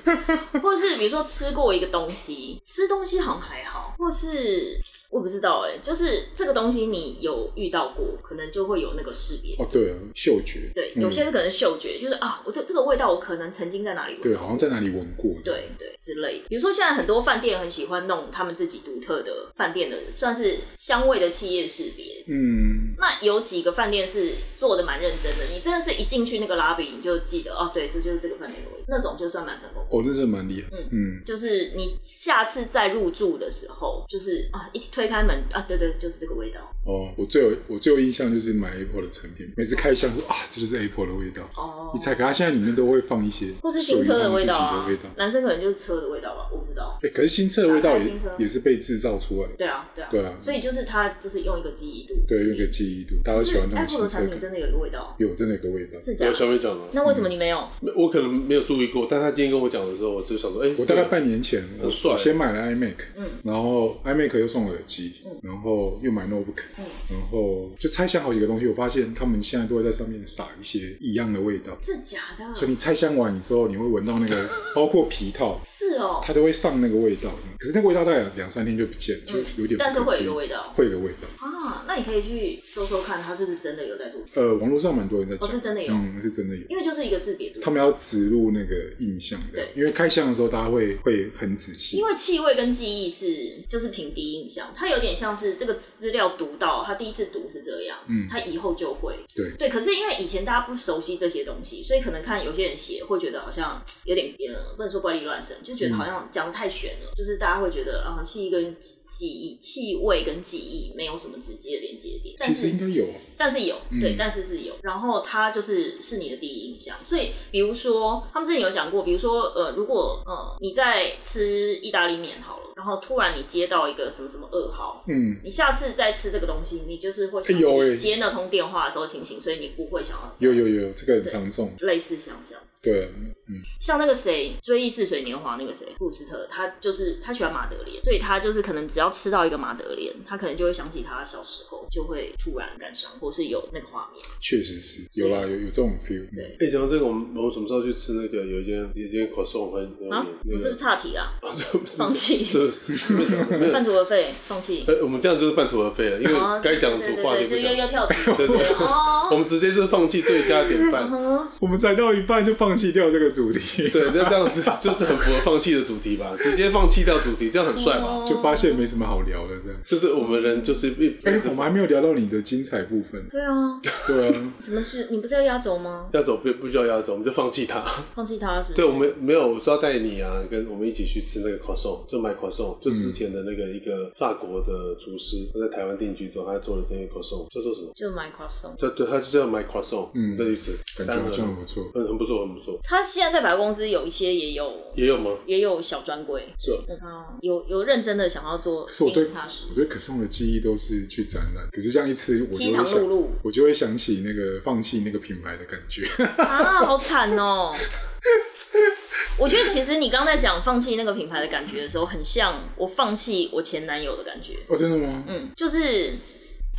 C: 或者是比如说吃过一个东西，吃东西好像还好，或是我不知道哎、就是这个东西你有遇到过，可能就会有那个识别。
A: 哦，对啊，嗅觉。
C: 对，
A: 嗯
C: 有些是可能是嗅觉，就是啊，我这这个味道我可能曾经在哪里闻
A: 对，啊
C: 过
A: 好像在哪里闻过。
C: 对对之类的。比如说现在很多饭店很喜欢弄他们自己独特的饭店的，算是香味的企业识别。
A: 嗯，
C: 那有几个饭店是做的蛮认真的，你真的是一进去那个拉比，你就记得哦，对，这就是这个饭店的味道，那种就算蛮成功的。
A: 哦，那真的蛮厉害。
C: 嗯
A: 嗯，
C: 就是你下次再入住的时候，就是啊，一推开门啊，对对，就是这个味道。
A: 哦，我最有我最有印象就是买 Apple 的产品，每次开箱说啊，这就是 Apple 的味道。
C: 哦
A: 你，猜，可它现在里面都会放一些，
C: 或是新车的味道啊
A: 的味道。，
C: 男生可能就是车的味道吧，我不知道。
A: 对，可是新车的味道
C: 啊打开
A: 也
C: 新车
A: 也是被制造出来的。
C: 对啊，对啊，
A: 对啊
C: 所以就是他就是用一个记忆度，
A: 对，有一个记忆度，大家都
C: 可
A: 喜
C: 是
A: 欢那
C: Apple
A: 种
C: 的
A: 新
C: 产
A: 车感。
C: 品真的有一个味道，
A: 有真的有个味道，
C: 真的
B: 有
C: 假
B: 小
C: 的？
B: 美讲了，
C: 那为什么你没有？
B: 我可能没有注意过，但他今天跟我讲的时候，我就想说，哎、
A: 我大概半年前，我
B: 很帅
A: 我先买了 iMac，
C: 嗯
A: 然后 iMac 又送我耳机，然后又买 notebook，
C: 嗯
A: 然后就拆箱好几个东西，我发现他们现在都会在上面撒一些一样的味道，
C: 这假的？
A: 所以你拆箱完你之后，你会闻到那
C: 嗯
A: 个，包括皮套，
C: 是哦，
A: 它都会上那个味道，可是那个味道大概两三天就不见，就
C: 嗯
A: 有点不可思议，
C: 但是会有一个味道
A: 会有一个味道。
C: 啊，那你可以去搜搜看，他是不是真的有在做，
A: 呃，网络上蛮多人在讲，
C: 哦是真的有
A: 嗯，是真的有。
C: 因为就是一个识别度。
A: 他们要植入那个印象的
C: 对，
A: 因为开箱的时候大家会会很仔细，
C: 因为气味跟记忆是就是凭第一印象，它有点像是这个资料读到他第一次读是这样，
A: 嗯
C: 他以后就会
A: 对
C: 对。可是因为以前大家不熟悉这些东西，所以可能看有些人写会觉得好像嘖有点呃，不能说怪力乱神，就觉得好像讲的太玄了，就是大家会觉得啊、记忆跟记忆、气味跟记忆没有什么直接的连接点，但
A: 其
C: 是
A: 实应该有啊。
C: 但是有，对
A: 嗯，
C: 但是是有。然后它就是是你的第一印象，所以比如说他们之前有讲过，比如说呃，如果呃你在吃意大利面好了，然后突然你接到一个什么什么噩耗。
A: 嗯，
C: 你下次再吃这个东西，你就是会想
A: 哎有哎
C: 起接那通电话的时候情形，所以你不会想要
A: 有有有，这个很常中。
C: 类似像这样子。
A: 对，嗯，
C: 像那个谁，《追忆似水年华》那个谁，布斯特，他就是他喜欢马德莲，所以他就是可能只要吃到一个马德莲，他可能就会想起他小时候，就会突然感伤，或是有那个画面。
A: 确实是有啦，有有这种 feel。嗯
C: 对
B: 哎、讲到这个，我们我们什么时候去吃那个有一间有一间口颂很有名
C: 啊，
B: 那
C: 我是不
B: 个
C: 是岔题啊？
B: 啊这不是
C: 放弃
B: 是为什么没有
C: 半途而废，放弃。
B: 呃我们这样就是半途而废了，因为
C: 哦
B: 该讲的
C: 对
B: 主
C: 对
B: 话
C: 对，
B: 题不
C: 就
B: 讲，
C: 又又跳题。
B: 对对对我
C: 哦，
B: 们直接就是放弃最佳典范。
A: 我们才到一半就放弃掉这个主题，
B: 对，那这样子就是很符合放弃的主题吧，直接放弃掉主题，这样很 帅 吧？
C: 哦
A: 就发现没什么好聊的这样。
B: 就是我们人就是一
A: 哎，我们还没有聊到你的精彩部分。
C: 对啊，
A: 对啊，
C: 怎么是你不是要压轴吗？
B: 要走不不需要要走，我们就放弃它。
C: 放弃他是不是？
B: 对，我们没有，我说要带你啊，跟我们一起去吃那个 croissant，就买 croissant，就
A: 嗯
B: 之前的那个一个法国的厨师，他在台湾定居之后，他做了那个 croissant，叫做什么？
C: 就买 c r o s s
B: 对对，他就是要买 croissant，
A: 嗯
B: 再去吃，
A: 感觉
B: 但
A: 好像很
B: 很
A: 不错。
B: 很很不错，很不错，
C: 他现在在百货公司有一些也有
B: 也有吗？
C: 也有小专柜，
B: 是哦，
C: 嗯，他有有认真的想要做
A: 可是我
C: 经
A: 对
C: 营踏实
A: 我。对可颂的记忆都是去展览，可是这样一吃，我就
C: 饥
A: 会
C: 肠辘
A: 想，
C: 辘
A: 我就会想起那个放弃那个品牌的感 觉。
C: 啊，好惨哦！我觉得其实你刚在讲放弃那个品牌的感觉的时候，很像我放弃我前男友的感觉。
A: 哦，真的吗？
C: 嗯，就是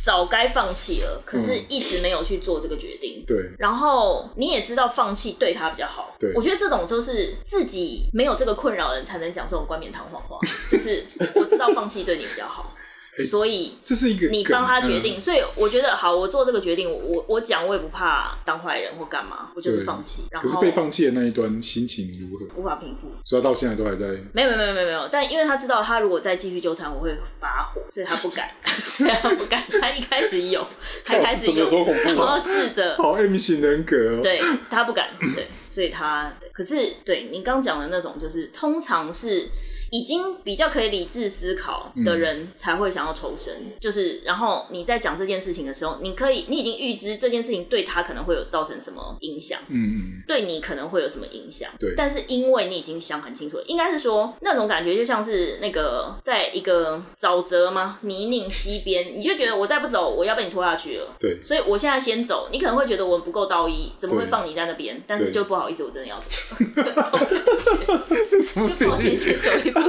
C: 早该放弃了，可是
A: 嗯
C: 一直没有去做这个决定。
A: 对，
C: 然后你也知道放弃对他比较好，
A: 对
C: 我觉得这种就是自己没有这个困扰的人才能讲这种冠冕堂 皇话，就是我知道放弃对你比较好，
A: 哎
C: 所以
A: 这是一个
C: 你
A: 梗嗯
C: 帮他决定。。所以我觉得好，我做这个决定，我我我讲我也不怕当坏人或干嘛，我就是
A: 对
C: 放弃，
A: 嗯
C: 然
A: 可是
C: 后
A: 被放弃的那一端心情如何？
C: 无法平复。
A: 直到现在都还在
C: 没有没有没有没有没有，但因为他知道他如果再继续纠缠，我会发火，所以他不 敢，所以他不敢。他一开始有，他一开始
B: 这有
C: 有，
B: 多恐
C: 想
B: 怖啊
C: 要！试着，
A: 好 M 型人格哦。
C: 对他不敢，对，所以他对可是对你刚讲的那种，就是通常是。已经比较可以理智思考的人才会想要抽身，就是然后你在讲这件事情的时候，你可以你已经预知这件事情对他可能会有造成什么影响。
A: 嗯嗯，
C: 对你可能会有什么影响。
A: 对
C: 但是因为你已经想很清楚了，应该是说那种感觉就像是那个在一个沼泽吗？泥泞溪边，你就觉得我再不走，我要被你拖下去了。
A: 对
C: 所以我现在先走，你可能会觉得我不够道义，怎么会
A: 对
C: 放你在那边？但是
A: 对
C: 就不好意思，我真的要 走，
A: 这什么
C: 就不好意思先走 一步。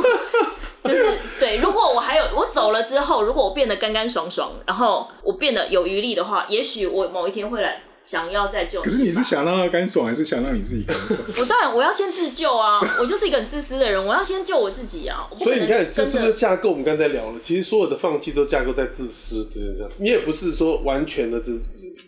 C: 就是对，如果我还有我走了之后，如果我变得干干爽爽，然后我变得有余力的话，也许我某一天会来想要再救
A: 可是你
C: 吧
A: 是想让他干爽，还是想让你自己干爽？
C: 我当然我要先自救啊！我就是一个很自私的人，我要先救我自己啊！我不可
B: 所以
C: 能
B: 你看，这
C: 真
B: 是不是
C: 的
B: 架构？我们刚才聊了，其实所有的放弃都架构在自私这件事上。你也不是说完全的自，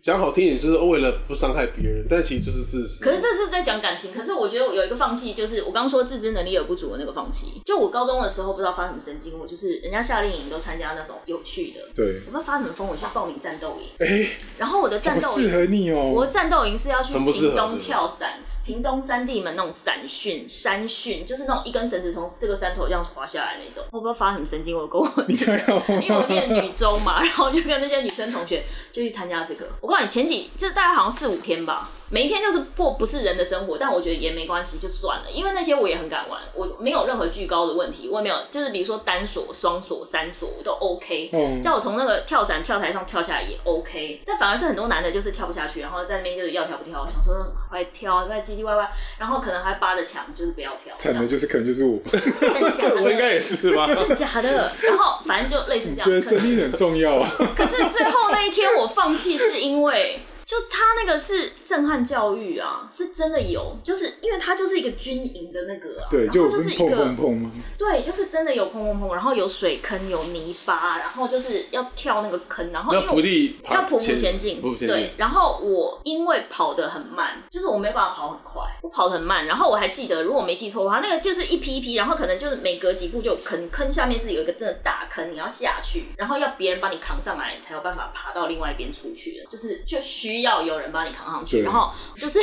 B: 讲好听也就是为了不伤害别人，但其实就是自私。
C: 可是这是在讲感情，可是我觉得我有一个放弃，就是我刚刚说自知能力有不足的那个放弃。就我高中的时候，不知道发什么神经，我就是人家夏令营都参加那种有趣的，
A: 对，
C: 我不知道发什么疯，我去报名战斗营，
A: 哎、
C: 然后我的战
A: 不
C: 斗
A: 适
C: 营。
A: 合你哦、
C: 我的战斗营是要去
B: 很不适合
C: 屏东
B: 对
C: 跳伞，屏东三地门那种伞训、山训，就是那种一根绳子从这个山头这样滑下来那种。我不知道发什么神经，我跟我
A: 你还好
C: 因为我
A: 吗？
C: 念女中嘛，然后就跟那些女生同学就去参加这个。我告诉你，前几这大概好像四五天吧，每一天就是过不是人的生活，但我觉得也没关系，就算了，因为那些我也很敢玩，我没有任何巨高的问题，我也没有就是比如说单锁、双锁、三锁我都 OK，、
A: 嗯
C: 叫我从那个跳伞跳台上跳下来也 OK，但反而是很多男的就是跳不下去，然后在那边就是要跳不跳，想说快跳，快唧唧歪歪，然后可能还扒着墙就是不要跳，这
A: 惨
C: 样
A: 的就是可能就是我，
C: 真假
B: 我应该
C: 的。
B: 也是 吧？
C: 真假的，然后反正就类似这样。
A: 觉得
C: 可是
A: 生命很重要啊。
C: 可是最后那一天我放弃，是因为就他那个是震撼教育啊，是真的有，就是因为他就是一个军营的那个啊，
A: 对，
C: 然
A: 就
C: 后
A: 有
C: 就是一
A: 碰
C: 个
A: 碰碰吗？
C: 对，就是真的有砰砰砰，然后有水坑，有泥巴，然后就是要跳那个坑，然后因
B: 要
C: 为
B: 福
C: 我
B: 利
C: 要匍匐前进，
B: 匍匐前进
C: 对。。然后我因为跑得很慢，就是我没办法跑很快，我跑得很慢。然后我还记得，如果我没记错的话，那个就是一批一批，然后可能就是每隔几步就有坑，坑下面是有一个真的大坑，你要下去，然后要别人把你扛上来，你才有办法爬到另外一边出去的，就是就需要有人把你扛上去。
A: 对
C: 然后就是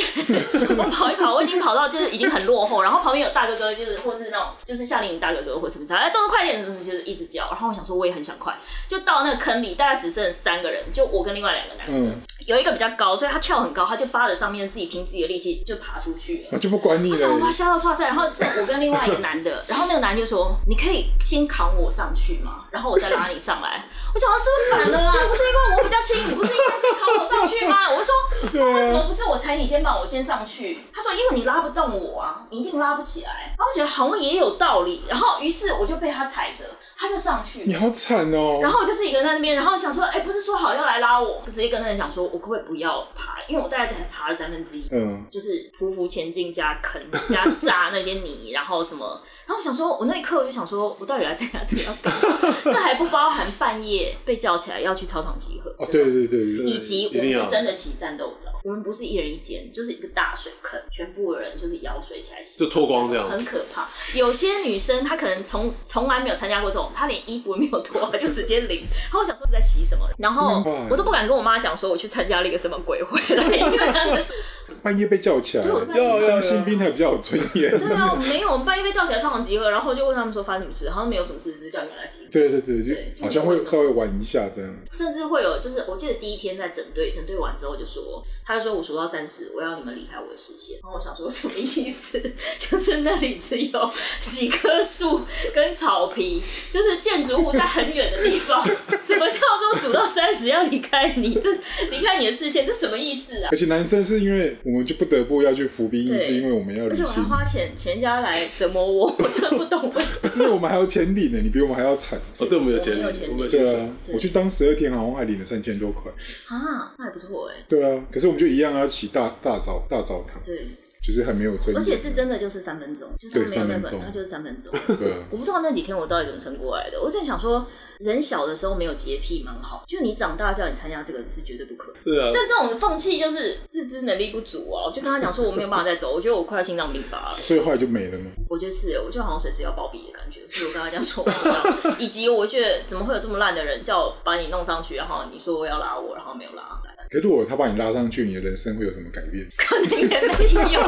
C: 我跑一跑，我已经跑到就是已经很落后，然后旁边有大哥哥，就是或是那种就是夏令营大哥哥或什么啥，哎，动作快点，就是一直叫。然后我想说，我也很想快，就到那个坑里，大概只剩三个人，就我跟另外两个男的。
A: 嗯，
C: 有一个比较高，所以他跳很高，他就扒着上面自己凭自己的力气就爬出去了。
A: 我啊就不管你
C: 我想哇，
A: 了。
C: 吓到哇塞！然后是我跟另外一个男的，然后那个男的就说：“你可以先扛我上去吗？然后我再拉你上 来。”我想到是不是反了啊？不是因为我比较轻，你不是应该先扛我上去吗？我就说
A: 对
C: 为什么
A: 啊，
C: 不是我踩你肩膀，我先上去？他说因为你拉不动我啊，你一定拉不起来。然后我觉得好像也有道理，然后于是我就被他踩着，他就上去了
A: 你。好惨哦、
C: 然后我就自己一个人在那边，然后想说，哎、不是说好要来拉我，直接跟那人讲说，我可不可以不要爬？因为我大概才爬了三分之一，
A: 嗯，
C: 就是匍匐前进加坑加炸那些泥，然后什么，然后我想说，我那一刻我就想说，我到底来参加这个要干嘛？这还不包含半夜被叫起来要去操场集合，
A: 哦，对对对对，
C: 以及我
B: 一
C: 们
B: 定要
C: 是真的洗战斗澡，我们不是一人一间，就是一个大水坑，全部的人就是舀水起来洗，
B: 就脱光这样
C: 很可怕。有些女生她可能从从来没有参加过这种，她连衣服也没有脱，她就直接淋。然后我想说是在洗什么，然后
A: 真的吗
C: 我都不敢跟我妈讲说我去参加了一个什么鬼回来，因为真的是
A: 半夜被叫起来，
C: 对我半
B: 夜被叫
A: 当
B: 起来
A: 新兵还比较有尊严。
C: 对啊，我没有，我们半夜被叫起来上场集合，然后就问他们说发生什么事，好像没有什么事，只是叫你们来集合。
A: 对对对，
C: 对
A: 就
C: 就
A: 好像会稍微玩一下这样。
C: 甚至会有，就是我记得第一天在整队，整队完之后就说，他就说我数到三十，我要你们离开我的视线。然后我想说什么意思？ 就是那里只有几棵树跟草皮，就是建筑物在很远的地方。 什么叫做数到三十要离开你？这离开你的视线，这什么意思啊？
A: 而且男生是因为我们就不得不要去服兵役，
C: 对
A: 是因为我们要
C: 而
A: 旅
C: 且我还
A: 行，
C: 花钱请人家来折磨我，我真的不懂为什么。
A: 因为我们还要钱领呢，你比我们还要惨。
B: 哦，对，我们有潜
C: 我们有
B: 力，
C: 潜力
B: 我们有
A: 对
B: 潜力
A: 啊，
C: 对
A: 我去当十二天好像还领了三千多块。
C: 啊，那也不错哎、
A: 对啊，可是我们就一样要起大大澡大澡堂，
C: 对，
A: 就是很没有尊严。
C: 而且是真的就是三分钟，就是
A: 对
C: 他没有
A: 三分
C: 那本，
A: 钟
C: 他就是三分钟。
A: 对啊，
C: 我不知道那几天我到底怎么撑过来的。我正想说，人小的时候没有洁癖蛮好，就你长大叫你参加这个是绝对不可能。
B: 对啊，
C: 但这种放弃就是自知能力不足啊！我就跟他讲说我没有办法再走，我觉得我快要心脏病发了。
A: 所以后来就没了嘛。
C: 我觉得是，我就好像随时要暴毙的感觉。所以我跟他讲说我不要，以及我觉得怎么会有这么烂的人叫我把你弄上去，然后你说我要拉我，然后没有拉，
A: 可是如果他把你拉上去，你的人生会有什么改 变？
C: 可能也没有。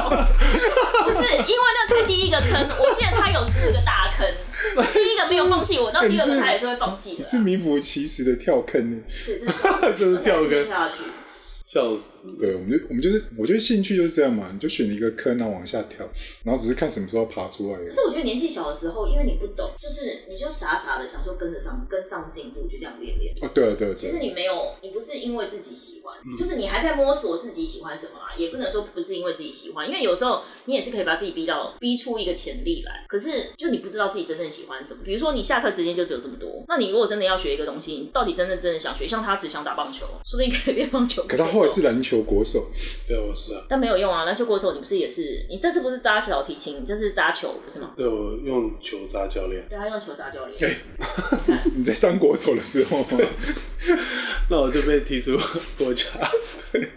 C: 不是因为那才第一个坑，我记得它有四个大坑，第一个没有放弃我，到
A: 哎
C: 第二
A: 你
C: 个
A: 是
C: 他也是会放弃的啦
A: 是，名副其实的跳坑呢。
C: 是是跳
B: 真是跳
C: 直接
B: 坑，
C: 下去。
B: 笑死！
A: 对，我们就我们就是，我觉得兴趣就是这样嘛，你就选一个坑，然后往下跳，然后只是看什么时候爬出来而已
C: 可。是我觉得年纪小的时候，因为你不懂，就是你就傻傻的想说跟着上跟上进度，就这样练练。
A: 哦，对了对了
C: 其
A: 对
C: 实
A: 了，
C: 你没有，你不是因为自己喜欢，
A: 嗯
C: 就是你还在摸索自己喜欢什么啦，也不能说不是因为自己喜欢，因为有时候你也是可以把自己逼到逼出一个潜力来，可是就你不知道自己真正喜欢什么。比如说你下课时间就只有这么多，那你如果真的要学一个东西，你到底真的真的想学，像他只想打棒球，说不定可以变棒球
A: 可
C: 国手。
A: 他后来是篮球国 手，
B: 对，我知道。
C: 但没有用啊，篮球国手你不是也是，你这次不是扎小提琴，你这次扎球不是吗？
B: 对我用球砸教练，
C: 对他啊用球砸教练。
A: 你在当国手的时候吗？
B: 那我就被踢出国家。 对，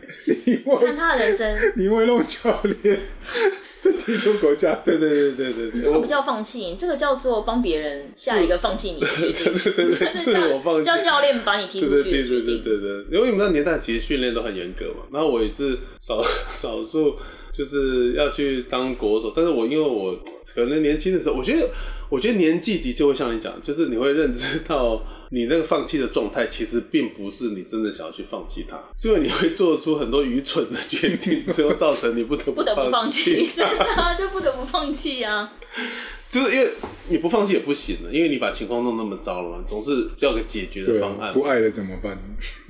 C: 你看他的人生，
A: 你因为弄教练， 踢出国家队
B: 对对对对对
C: 这
B: 对，
C: 个
B: 我
C: 不叫放弃，这个叫做帮别人下一个放弃你的决定， 就是
B: 自我放弃
C: 叫叫教练把你踢
B: 对
C: 出
B: 对
C: 去的
B: 对
C: 决
B: 对对
C: 定。
B: 对对，因为你们那年代其实训练都很严格嘛，然后我也是少 少数就是要去当国手，但是我因为我可能年轻的时候，我觉得我觉得年纪的确会像你讲，就是你会认知到。你那个放弃的状态，其实并不是你真的想要去放弃它， 是因为你会做出很多愚蠢的决定，最后造成你不得
C: 不得不
B: 放
C: 放弃，是啊，就不得不放弃啊。
B: 就是因为你不放弃也不行了，因为你把情况弄那么糟了嘛，总是要有个解决的
A: 对
B: 方
A: 啊，
B: 案。
A: 不爱了怎么办？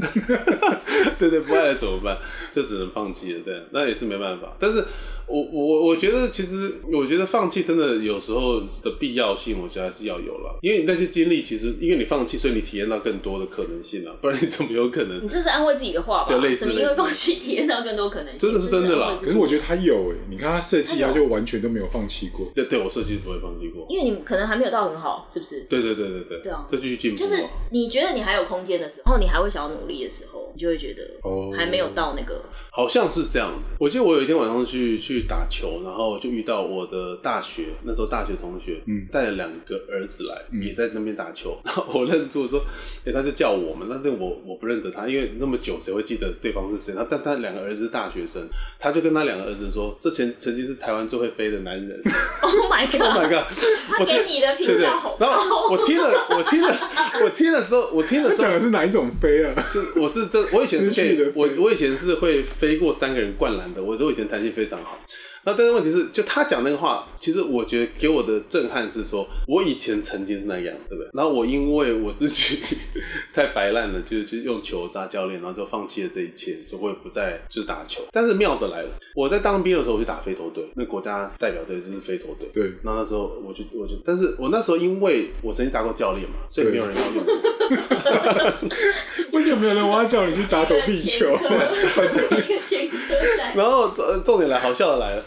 B: 对对，不爱了怎么办？就只能放弃了，对，啊那也是没办法。但是我我我觉得，其实我觉得放弃真的有时候的必要性，我觉得还是要有了，因为你那些经历，其实因为你放弃，所以你体验到更多的可能性了，啊不然你怎么有可能
C: 你？这是安慰自己的话吧？
B: 对类似
C: 怎么因为
B: 类似
C: 放弃体验到更多可能性？
B: 真的是真的啦
C: 安慰自己
A: 可是我觉得他有哎，你看他设计，他就完全都没有放弃过。
B: 对对，我设计不会放弃过。
C: 因为你们可能还没有到很好，是不是？
B: 对对对对对，
C: 对啊
B: 就继续进步
C: 就
B: 嘛。
C: 是你觉得你还有空间的时候，你还会想要努力的时候，你就会觉得
A: 哦
C: 还没有到那个。
B: 好像是这样子。我记得我有一天晚上去去打球，然后就遇到我的大学那时候大学同学，
A: 嗯
B: 带了两个儿子来，
A: 嗯
B: 也在那边打球。 然后我认住说，哎、他就叫我们，但是我我不认得他，因为那么久谁会记得对方是谁？他但他两个儿子是大学生，他就跟他两个儿子说，这前曾经是台湾最会飞的男人。
C: Oh my
B: oh my
C: god！
B: god！
C: 他
B: 我听
C: 给你的
B: 对
C: 评
B: 对，
C: 价好哦
B: 然
C: 高，
B: 后我听了，我听了，我听的时候，我听的
A: 他
B: 时候
A: 讲，的是哪一种飞啊？
B: 就我是真，我以前是可
A: 失去
B: 以
A: 的，
B: 我
A: 飞
B: 我以前是会飞过三个人灌篮的，我我以前弹性非常好。那但是问题是，就他讲那个话，其实我觉得给我的震撼是说，我以前曾经是那样，对不对？然后我因为我自己 太白烂了，就是去用球砸教练，然后就放弃了这一切，就我也不再就是打球。但是妙的来了，我在当兵的时候我去打飞头队，那国家代表队就是飞头队。
A: 对，
B: 然后那时候我就我就，但是我那时候因为我曾经打过教练嘛，所以没有人要用我。
A: 为什么没有人我要叫你去打躲避 球？
C: 一个前科在。
B: 然后重重点来，好笑的来了，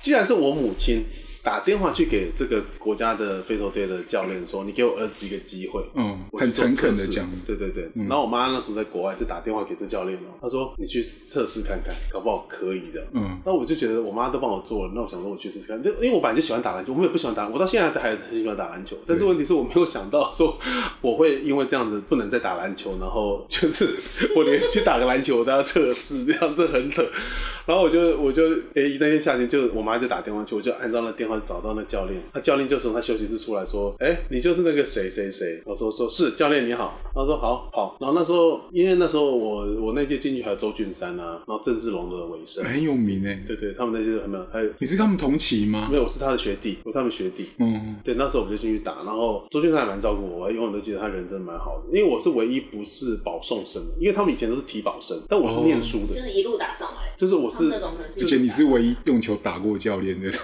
B: 既然是我母亲打电话去给这个国家的飞球队的教练说，你给我儿子一个机会。
A: 嗯，
B: 我去
A: 很
B: 做
A: 诚恳
B: 测
A: 的
B: 试
A: 讲，嗯
B: 对对对。然后我妈那时候在国外就打电话给这教练哦，她说你去测试看看，搞不好可以的。
A: 嗯，
B: 那我就觉得我妈都帮我做了，那我想说我去试试看，就因为我本来就喜欢打篮球，我们也不喜欢打，我到现在还很喜欢打篮球。但是问题是我没有想到说我会因为这样子不能再打篮球，然后就是 我连去打个篮球我都要测试，这样这很扯。然后我就欸我就诶、那天夏天就我妈就打电话去，我就按照那电话找到那教练，啊那教练就从他休息室出来说，哎、你就是那个谁谁谁，我说说是教练你好，他说好好，然后那时候因为那时候我我那届进去还有周俊山啊，然后郑志龙的尾声。
A: 很有名哎。
B: 对对，他们那些很没有，还有
A: 你是跟他们同期吗
B: 没？有，我是他的学弟，我是他们学弟。
A: 嗯，
B: 对，那时候我们就进去打，然后周俊山还蛮照顾我，我永远都记得他人真的蛮好的，因为我是唯一不是保送生的，因为他们以前都是体保生，但我是念书的，
C: 就是一路打上来，
B: 就是我
C: 他们
B: 是
C: 那种可能是
A: 而且你是唯一用球打过教练的人，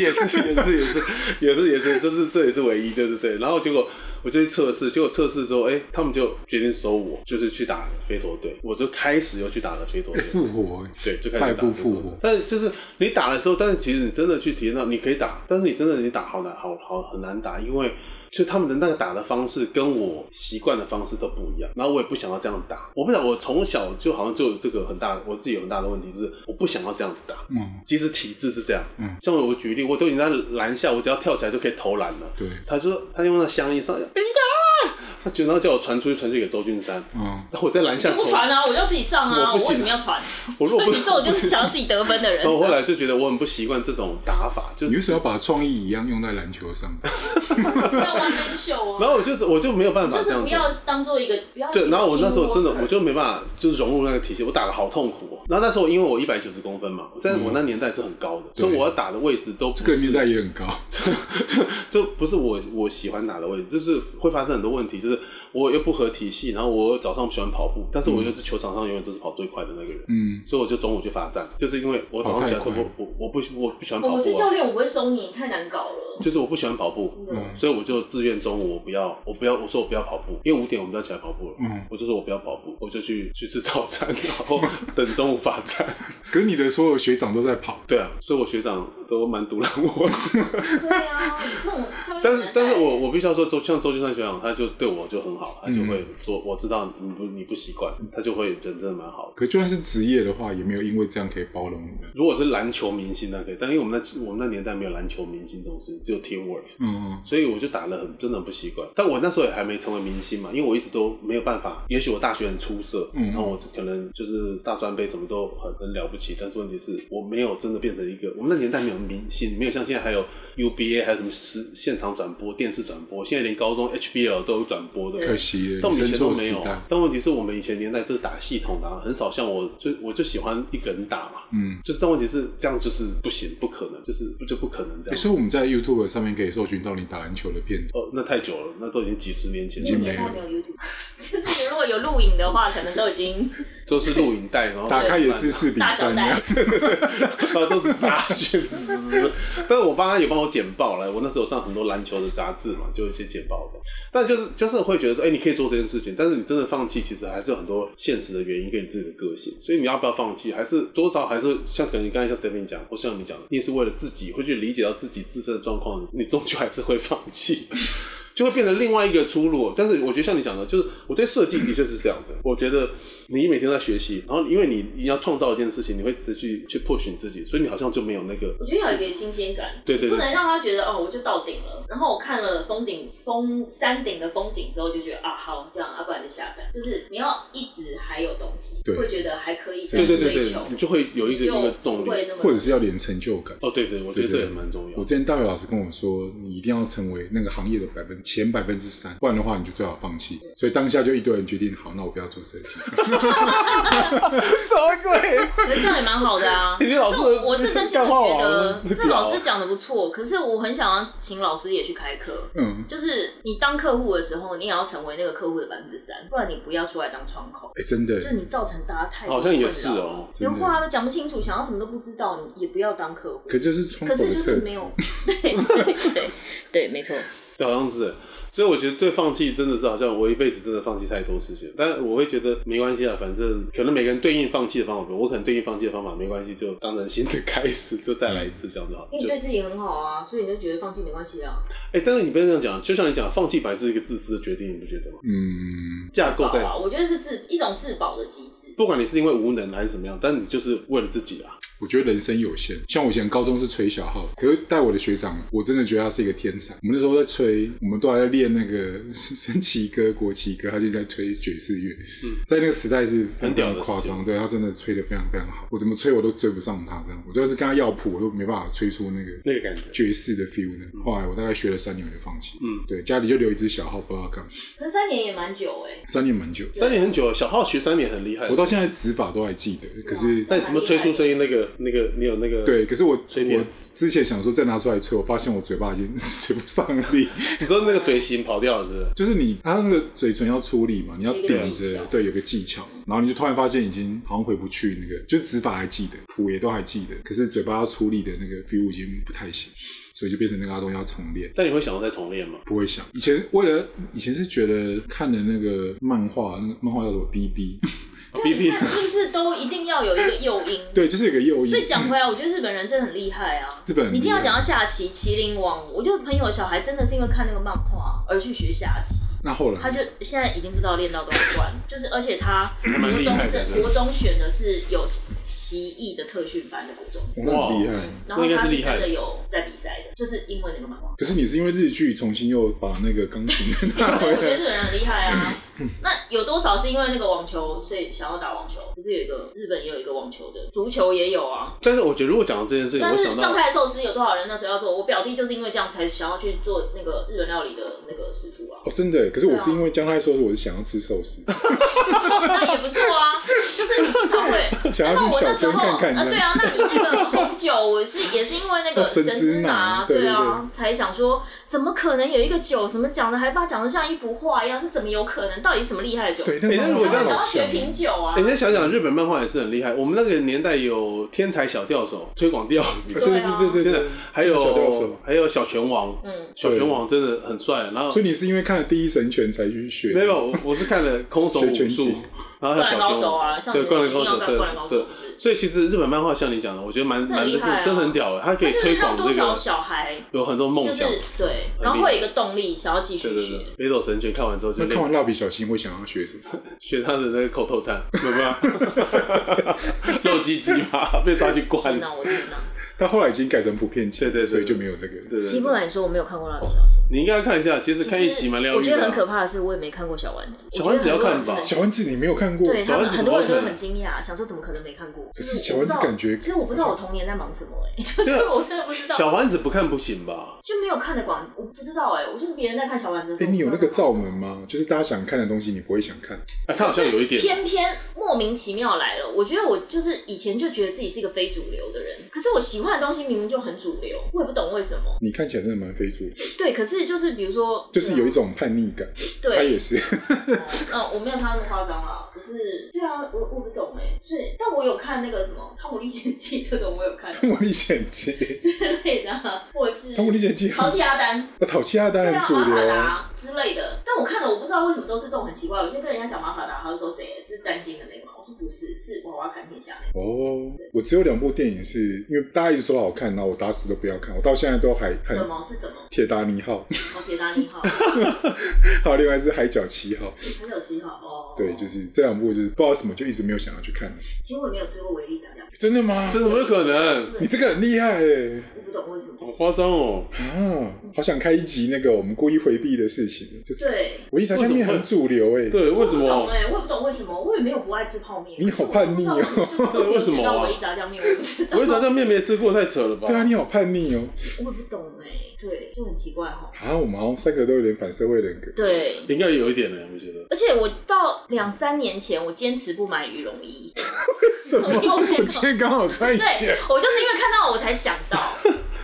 B: 也是也是也是也是也是，这是这也是唯一，对对对。然后结果我就去测试，结果测试之后，哎，他们就决定收我，就是去打飞头队，我就开始又去打了飞头
A: 哎
B: 队。
A: 复活哎。
B: 对，就开始
A: 快
B: 打
A: 步
B: 这种
A: 复活
B: 但是就是你打的时候，但是其实你真的去体验到，你可以打，但是你真的你打好难，好好很难打，因为就他们的那个打的方式跟我习惯的方式都不一样。然后我也不想要这样打，我不想，我从小就好像就有这个很大，我自己有很大的问题，就是我不想要这样子打。
A: 嗯，
B: 即使体制是这样，
A: 嗯
B: 像我举例，我都已经在篮下，我只要跳起来就可以投篮了。
A: 对，
B: 他说他用那乡音上，哎呀，他觉得要叫我传出去，传出去给周俊山，
A: 嗯，
B: 然后我再拦下
C: 不
B: 头，
C: 传啊，我就自己上啊，
B: 我不
C: 我
B: 行啊
C: 为什么要传？
B: 我如
C: 所
B: 果
C: 以
B: 不
C: 你这种就是想要自己得分的 人
B: 然。后我后来就觉得我很不习惯这种打法，就
A: 你
B: 是
A: 为什么要把创意一样用在篮球 上？
C: 要玩真秀啊，
B: 然后我就我就没有办法
C: 就
B: 这
C: 是
B: 样
C: 不
B: 做。
C: 要当做一个不要。
B: 对，然后我那时候真的我
C: 就
B: 就没办法，就是融入那个体系，我打的好痛苦、哦。然后那时候因为我一百九十公分嘛，在我那年代是很高的，所以我要打的位置都不
A: 嗯这个
B: 是
A: 年代也很高，
B: 就不是我我喜欢打的位置，就是会发生很多问题，就是我又不合体系，然后我早上不喜欢跑步，但是我就是球场上永远都是跑最快的那个人，
A: 嗯，
B: 所以我就中午去罚站，就是因为我早上起来
A: 跑
B: 我
A: 太快
B: 我我不我不喜欢跑步、啊，
C: 我是教练，我不会收你，太难搞了。
B: 就是我不喜欢跑步，
A: 嗯
B: 所以我就自愿中午我不要，我不要，我说我不要跑步，因为五点我们就要起来跑步了。
A: 嗯
B: 我就说我不要跑步，我就去去吃早餐， 然后等中午罚站。
A: 可是你的所有学长都在跑，
B: 对啊，所以我学长都蛮独揽我，
C: 对啊，你这种教练
B: 但是
C: 很难
B: 但是我我必须要说周像周俊山学长，他就对我就很好，他就会说、我知道你不你不习惯，他就会人真的蛮好的。
A: 可就算是职业的话，也没有因为这样可以包容你。
B: 如果是篮球明星那可以，但因为我们那我们那年代没有篮球明星这种事情，只有 teamwork。
A: 嗯，
B: 所以我就打得很真的很不习惯。但我那时候也还没成为明星嘛，因为我一直都没有办法。也许我大学很出色，
A: 嗯
B: 然后我可能就是大专杯什么都很很了不起，但是问题是我没有真的变成一个，我们那年代没有明星，没有像现在还有 UBA，还有什么实现场转播、电视转播，现在连高中 HBL 都有转播的。
A: 可惜了
B: 但我们以
A: 生
B: 前都
A: 错
B: 没
A: 时
B: 有啊
A: 代，。
B: 但问题是我们以前年代就是打系统啊打，很少像我就我就喜欢一个人打嘛。
A: 嗯，
B: 就是但问题是这样就是不行，不可能，就是就不可能这
A: 欸
B: 样。
A: 所以我们在 YouTube 上面可以搜寻到你打篮球的片段。
B: 哦，那太久了，那都已经几十年前
C: 已
B: 了
A: 经。
C: 年代没有 YouTube，就是 如果有录影的话，可能都已 经
B: 都是录影带，然后
A: 打开也是四比
C: 大小
A: 三啊
C: 戴
A: 呀，
B: 然后都是杂讯。但是我爸他也帮我剪报了，我那时候上很多篮球的杂志嘛，就有一些剪报的。但就是就是会觉得说，哎、你可以做这件事情，但是你真的放弃，其实还是有很多现实的原因跟你自己的个性。所以你要不要放弃，还是多少还是像可能你刚才像 Steven 讲，或像你讲的，你也是为了自己，会去理解到自己自身的状况，你终究还是会放弃。 就会变成另外一个出路。但是我觉得像你讲的，就是我对设计的确是这样子。我觉得你每天都在学习，然后因为你你要创造一件事情，你会持续去 push 你自己，所以你好像就没有那个
C: 我觉得要有一个新鲜感，
B: 对对对
C: 不能让他觉得哦，我就到顶了。然后我看了峰顶峰山顶的风景之后，就觉得啊，好这样，啊，不然就下山。就是你要一直还有东西，
A: 对
C: 会觉得还可以这
B: 对对
C: 样追求，
B: 对对，你就会有一个一
C: 你就
B: 个动力
C: 不会。那 么
A: 或者是要点成就感。
B: 哦，对对，我觉得
A: 对对
B: 这也蛮重要
A: 我。之前大学老师跟我说，你一定要成为那个行业的百分前百分之三，不然的话你就最好放弃。所以当下就一堆人决定，好，那我不要做设计。
B: 什么鬼？
C: 可是这样也蛮好的 啊。
B: 你老师
C: 可是我我是真心的觉
B: 干话
C: 得
B: 王啊
C: 这老师讲的不错，可是我很想要请老师也去开课。
A: 嗯，
C: 就是你当客户的时候，你也要成为那个客户的百分之三，不然你不要出来当窗口。
A: 哎、真的
C: 就，你造成大家太多
B: 好像也
C: 困
B: 是
C: 扰了
B: 哦。
A: 真
C: 连
A: 的
C: 话都讲不清楚，想要什么都不知道，你也不要当客户。
A: 可就是窗
C: 可
A: 口
C: 是
A: 的
C: 就
A: 特
C: 是
A: 质
C: 没有， 对对对对，没错。
B: 对，好像是。所以我觉得最放弃真的是好像我一辈子真的放弃太多事情，但我会觉得没关系啊，反正可能每个人对应放弃的方法不同，我可能对应放弃的方法没关系，就当成新的开始，就再来一次这样就好。
C: 因为
B: 就
C: 你嗯对自己很好啊，所以你就觉得放弃没关系啊。
B: 哎、但是你不要这样讲，就像你讲，放弃本来是一个自私的决定，你不觉得吗？
A: 嗯，
B: 架构在，
C: 啊，我觉得是自一种自保的机制。
B: 不管你是因为无能还是怎么样，但你就是为了自己啊。
A: 我觉得人生有限。像我以前高中是吹小号，可是带我的学长，我真的觉得他是一个天才。我们那时候在吹，我们都还在练那个 升旗歌、国旗歌，他就在吹爵士乐。在那个时代是
B: 很屌的事情
A: 夸张，对他真的吹得非常非常好。我怎么吹我都追不上他，这样我就要是跟他要谱，我都没办法吹出那个
B: 那个感觉
A: 爵士的 feel 呢。后来我大概学了三年，我就放弃。
B: 嗯，
A: 对，家里就留一只小号，不知道干嘛，
C: 可是三年也蛮久哎、
A: 三年蛮久。
B: 三年很久了，小号学三年很厉害
A: 我。到现在指法都还记得，可是
B: 那你怎么吹出声音？那个、那个，你有那个？，
A: 对，可是我
B: 随便
A: 我之前想说再拿出来吹，我发现我嘴巴已经 使不上力，
B: 你说那个嘴型跑掉了，是不是？
A: 就是你他那个嘴唇要出力嘛，你要
C: 有一
A: 顶
C: 个技巧
A: 着，对，有个技巧，然后你就突然发现已经好像回不去那个，就是指法还记得，谱也都还记得，可是嘴巴要出力的那个 feel 已经不太行，所以就变成那个东西要重练。
B: 但你会想要再重练吗？
A: 不会想，以前为了以前是觉得看的那个漫画，那个漫画叫什么 BB，
B: B P，
C: 是不是都一定要有一个诱因？
A: 对，就是有个诱因。
C: 所以讲回来，我觉得日本人真的很厉害啊。
A: 日本人
C: 你今天要讲到下棋，《麒麟王》，我就朋友的小孩真的是因为看那个漫画而去学下棋。
A: 那后来
C: 他就现在已经不知道练到多少 关，就是而且他
D: 蛮
C: 国
D: 厉害
C: 中
D: 的
C: 是
D: 真的
C: 国中选的是有奇异的特训班的国中，
A: 我那很厉害。
C: 然
D: 那
C: 后
D: 应该
C: 他
D: 是厉害
C: 真
D: 的
C: 的有在比赛的，就是因为那个漫 画。
A: 可是你是因为日剧重新又把那个钢琴 拿
C: 所以
A: 回来
C: 我觉得日，本人很厉害 啊。
D: 嗯
C: 那有多少是因为那个网球，所以想要打网球？不是有一个日本也有一个网球的，足球也有啊。
B: 但是我觉得，如果讲到这件事情，我
C: 但
B: 想
C: 是
B: 到
C: 状态寿司有多少人那时候要做？我表弟就是因为这样才想要去做那个日本料理的那个师傅啊。
A: 哦，真的耶。可是我是
C: 对啊
A: 因为姜太寿司，我是想要吃寿 司，
C: 那也不错啊，就是你至少会。
A: 想要
C: 那我
A: 去小
C: 那时
A: 樽
C: 候
A: 看看
C: 啊，
A: 这
C: 对
A: 样。
C: 啊，那你那个红酒，我是也是因为那个
A: 哦神
C: 神
A: 之
C: 之
A: 拿
C: 拿，
A: 对
C: 啊，才想说，怎么可能有一个酒什么讲的，还把它讲的像一幅画一样，是怎么有可能？到底什么厉害的酒？
A: 对，
B: 哎
A: 那
B: 那
A: 漫
B: 如果
A: 画
B: 这
C: 他
B: 样
C: 想
A: 好
C: 要学
A: 强。
C: 品酒啊
B: 哎，，你再想想，日本漫画也是很厉害。我们那个年代有天才小钓手推广钓鱼，
A: 对对对对对对
B: 真的，还
A: 小钓
B: 有
A: 手
B: 还有小拳王，
C: 嗯，
B: 小拳王真的很帅。然后
A: 所以你是因为看了《第一神拳》才去学？
B: 没有，我我是看了空手
A: 学
B: 武
A: 拳击
B: 术，然后还有小
C: 灌篮高
B: 拳
C: 手
B: 王，
C: 啊，像
B: 对
C: 你们
B: 灌篮
C: 一
B: 高
C: 定要
B: 手，
C: 干
B: 对
C: 灌篮高
B: 对
C: 手不是。
B: 所以其实日本漫画像你讲的，我觉得蛮
C: 这很
B: 蛮
C: 厉害啊
B: 真的很屌的，它可
C: 他
B: 以
C: 就
B: 推
C: 是
B: 广
C: 让多
B: 这
C: 少
B: 个
C: 小孩，
B: 有很多梦
C: 就是
B: 想。
C: 对，然后会有一个动力想要继
B: 对
C: 续
B: 对
C: 学
B: 对，。北斗神拳看完之后就
A: 那看
B: 练
A: 完《蜡笔小新》会想要学什么？
B: 学他的那个口头 禅，有没有？肉鸡鸡嘛， 被抓去关
C: 天。哪，我天哪！
A: 他后来已经改成普遍级，
B: 对对对对
A: 所以就没有这个。
B: 对对
C: 奇
B: 对
C: 不来说，我没有看过蜡笔小新。
B: 你应该看一下，其实
C: 其实
B: 看一集蛮疗
C: 我
B: 愈
C: 觉得
B: 的
C: 很可
B: 啊。
C: 怕的是，我也没看过小丸子。
B: 小丸子要看吧
C: 我觉
A: 小丸子你没有看过？
C: 得很多人对他
B: 小丸子
C: 们很多人
B: 怎么会
C: 都
B: 看
C: 很惊讶，想说怎么可能没看过？可
A: 是小丸子感觉
C: 其实我不知道我童年在忙什么，哎， 就
B: 对
C: 是
B: 啊
C: 我真的不知道，
B: 小丸子不看不行吧？
C: 就没有看的广，我不知道哎，我就是别人在看小丸子的时
A: 哎，
C: 候，
A: 你有那个罩
C: 照
A: 门吗？就是大家想看的东西，你不会想看。
B: 哎，他好像有一点。
C: 偏偏莫名其妙来了。我觉得我就是以前就觉得自己是一个非主流的人，可是我喜欢的东西明明就很主流，我也不懂为什么。
A: 你看起来真的蛮非主流，
C: 对，可是就是比如说，
A: 就是有一种叛逆感。他也
C: 对，啊
A: 是，
C: 嗯，我没有他那么夸张啦，不是，对啊，我我不懂哎，所以但我有看那个什么《汤姆历险记》这种，我有看
A: 《魔力险记》
C: 之类的啊，或者是
A: 《汤姆历险记》
C: 淘气阿丹，
A: 啊，淘气阿
C: 对
A: 丹
C: 啊，
A: 很主
C: 马法
A: 流，
C: 达之类的。但我看了，我不知道为什么都是这种很奇怪。我先跟人家讲马法达，啊他就说谁是占星的那个嘛，我说不是，是娃娃看天下那个。
A: 哦，我只有两部电影是因为大家一直说好看，然后我打死都不要看，我到现在都还很
C: 什
A: 《
C: 么是什么？
A: 铁达尼号》，
C: 哦，铁达尼号，
A: 还有另外是《海角七号》。
C: 很有七号哦。
A: 对，就是这两部，就是不知道为什么就一直没有想要去看。
C: 其实我也没有吃过维力炸酱，
A: 真的吗
B: 这怎么可能？
C: 是
A: 你这个很厉害哎、
C: 我不懂为什么。
B: 好夸张哦！
A: 啊！好想开一集那个我们故意回避的事情，就是
C: 对，
A: 我一直想面很主流哎、
B: 对，为什
C: 我不懂
B: 么？
C: 哎、我也不懂为什么，我也没有不爱吃泡面。
A: 你好叛逆哦
C: 哦
B: 为什么啊
C: 到维力炸酱面，我不知道，
B: 我一炸酱面没吃过，太扯了吧？
A: 对啊，你好叛逆哦、
C: 我也不懂哎、对，就很奇怪哈。
A: 啊，我们好像三个都有点反社会人格。
C: 对，
B: 应该有一点呢，我觉得。
C: 而且我到两三年前，我坚持不买羽绒 衣，
A: 什么？
C: 我又没有
A: 我今天刚好穿一件
C: 对。我就是因为看到我才想 到，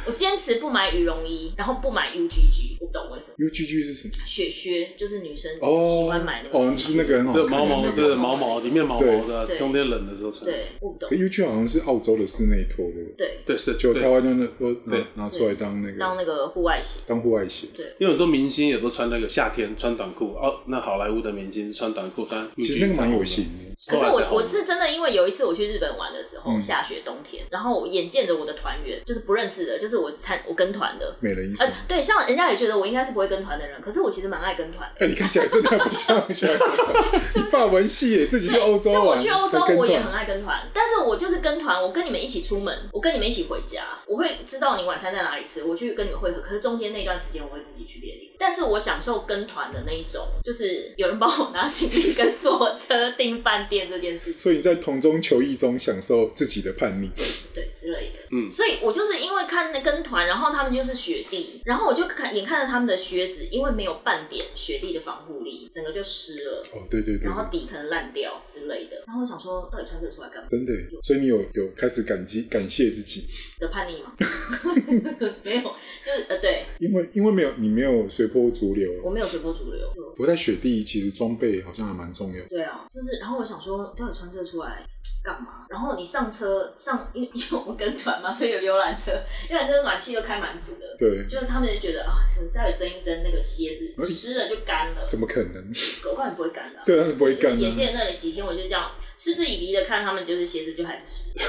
C: 我坚持不买羽绒衣，然后不买 UGG，我不懂为什么。
A: U G G 是什么？
C: 雪靴就是女生
A: 哦，
C: 喜欢买那个，
A: 哦，就是那个很好看的
B: 这毛毛
A: 那个
B: 对毛毛，里面毛毛的，
C: 对
B: 冬天冷的时候穿。
C: 对，我不懂
A: 可，U G 好像是澳洲的室内拖，对不对？
C: 对，
B: 对是，
A: 就
B: 对
A: 台湾就那都
B: 对
A: 拿拿出来当那
C: 当
A: 个
C: 那个户外鞋，
A: 当户外鞋。
C: 对，
B: 因为很多明星也都穿那个夏天穿短裤哦，那好莱坞的明星是穿短裤穿，
A: 其实那个蛮有型的。哦
C: 可
B: 后
C: 是
B: 来才
C: 我
B: 好
C: 我是真的，因为有一次我去日本玩的时候，
A: 嗯
C: 下雪冬天，然后我眼见着我的团员，就是不认识的，就是我参我跟团的，
A: 美人医生
C: 呃，，对，像人家也觉得我应该是不会跟团的人，可是我其实蛮爱跟团的。
A: 哎，你看起来真的不像像 你法文系耶，自己去欧洲
C: 像我
A: 玩，
C: 去欧洲
A: 还，跟
C: 我也
A: 团
C: 很爱跟团，但是我就是跟团，我跟你们一起出门，我跟你们一起回家，我会知道你晚餐在哪里吃，我去跟你们会合。可是中间那段时间，我会自己去别的地方。但是我享受跟团的那一种，就是有人帮我拿行李跟坐车订饭店这件事情。
A: 所以你在同中求异中享受自己的叛逆，
C: 对之类的。
B: 嗯
C: 所以我就是因为看那跟团，然后他们就是雪地，然后我就看眼看着他们的靴子，因为没有半点雪地的防护力，整个就湿了。
A: 哦，对对对
C: 然，后底可能烂掉之类的，然后我想说，到底穿这出来干嘛？
A: 真的耶，所以你有有开始感激感谢自己，
C: 的叛逆吗？ 没有，就是呃，对
A: 因为因为没有你没有随波逐流
C: 我
A: 啊，
C: 没有随波逐流，就
A: 不过在雪地其实装备好像还蛮重要的，
C: 对啊，就是，然后我想说，到底穿这个出来干嘛？然后你上车上，因为因为我们跟团嘛，所以有游览车，游览车暖气都开蛮足的，
A: 对，
C: 就是他们就觉得啊，是待会蒸一蒸那个鞋子
A: 哎
C: 湿了就干了，
A: 怎么可能？
C: 我告诉你不会干的、啊。
A: 对，他是不会干
C: 眼
A: 的。
C: 见那里几天，我就这样嗤之以鼻的看他们，就是鞋子就还是湿的。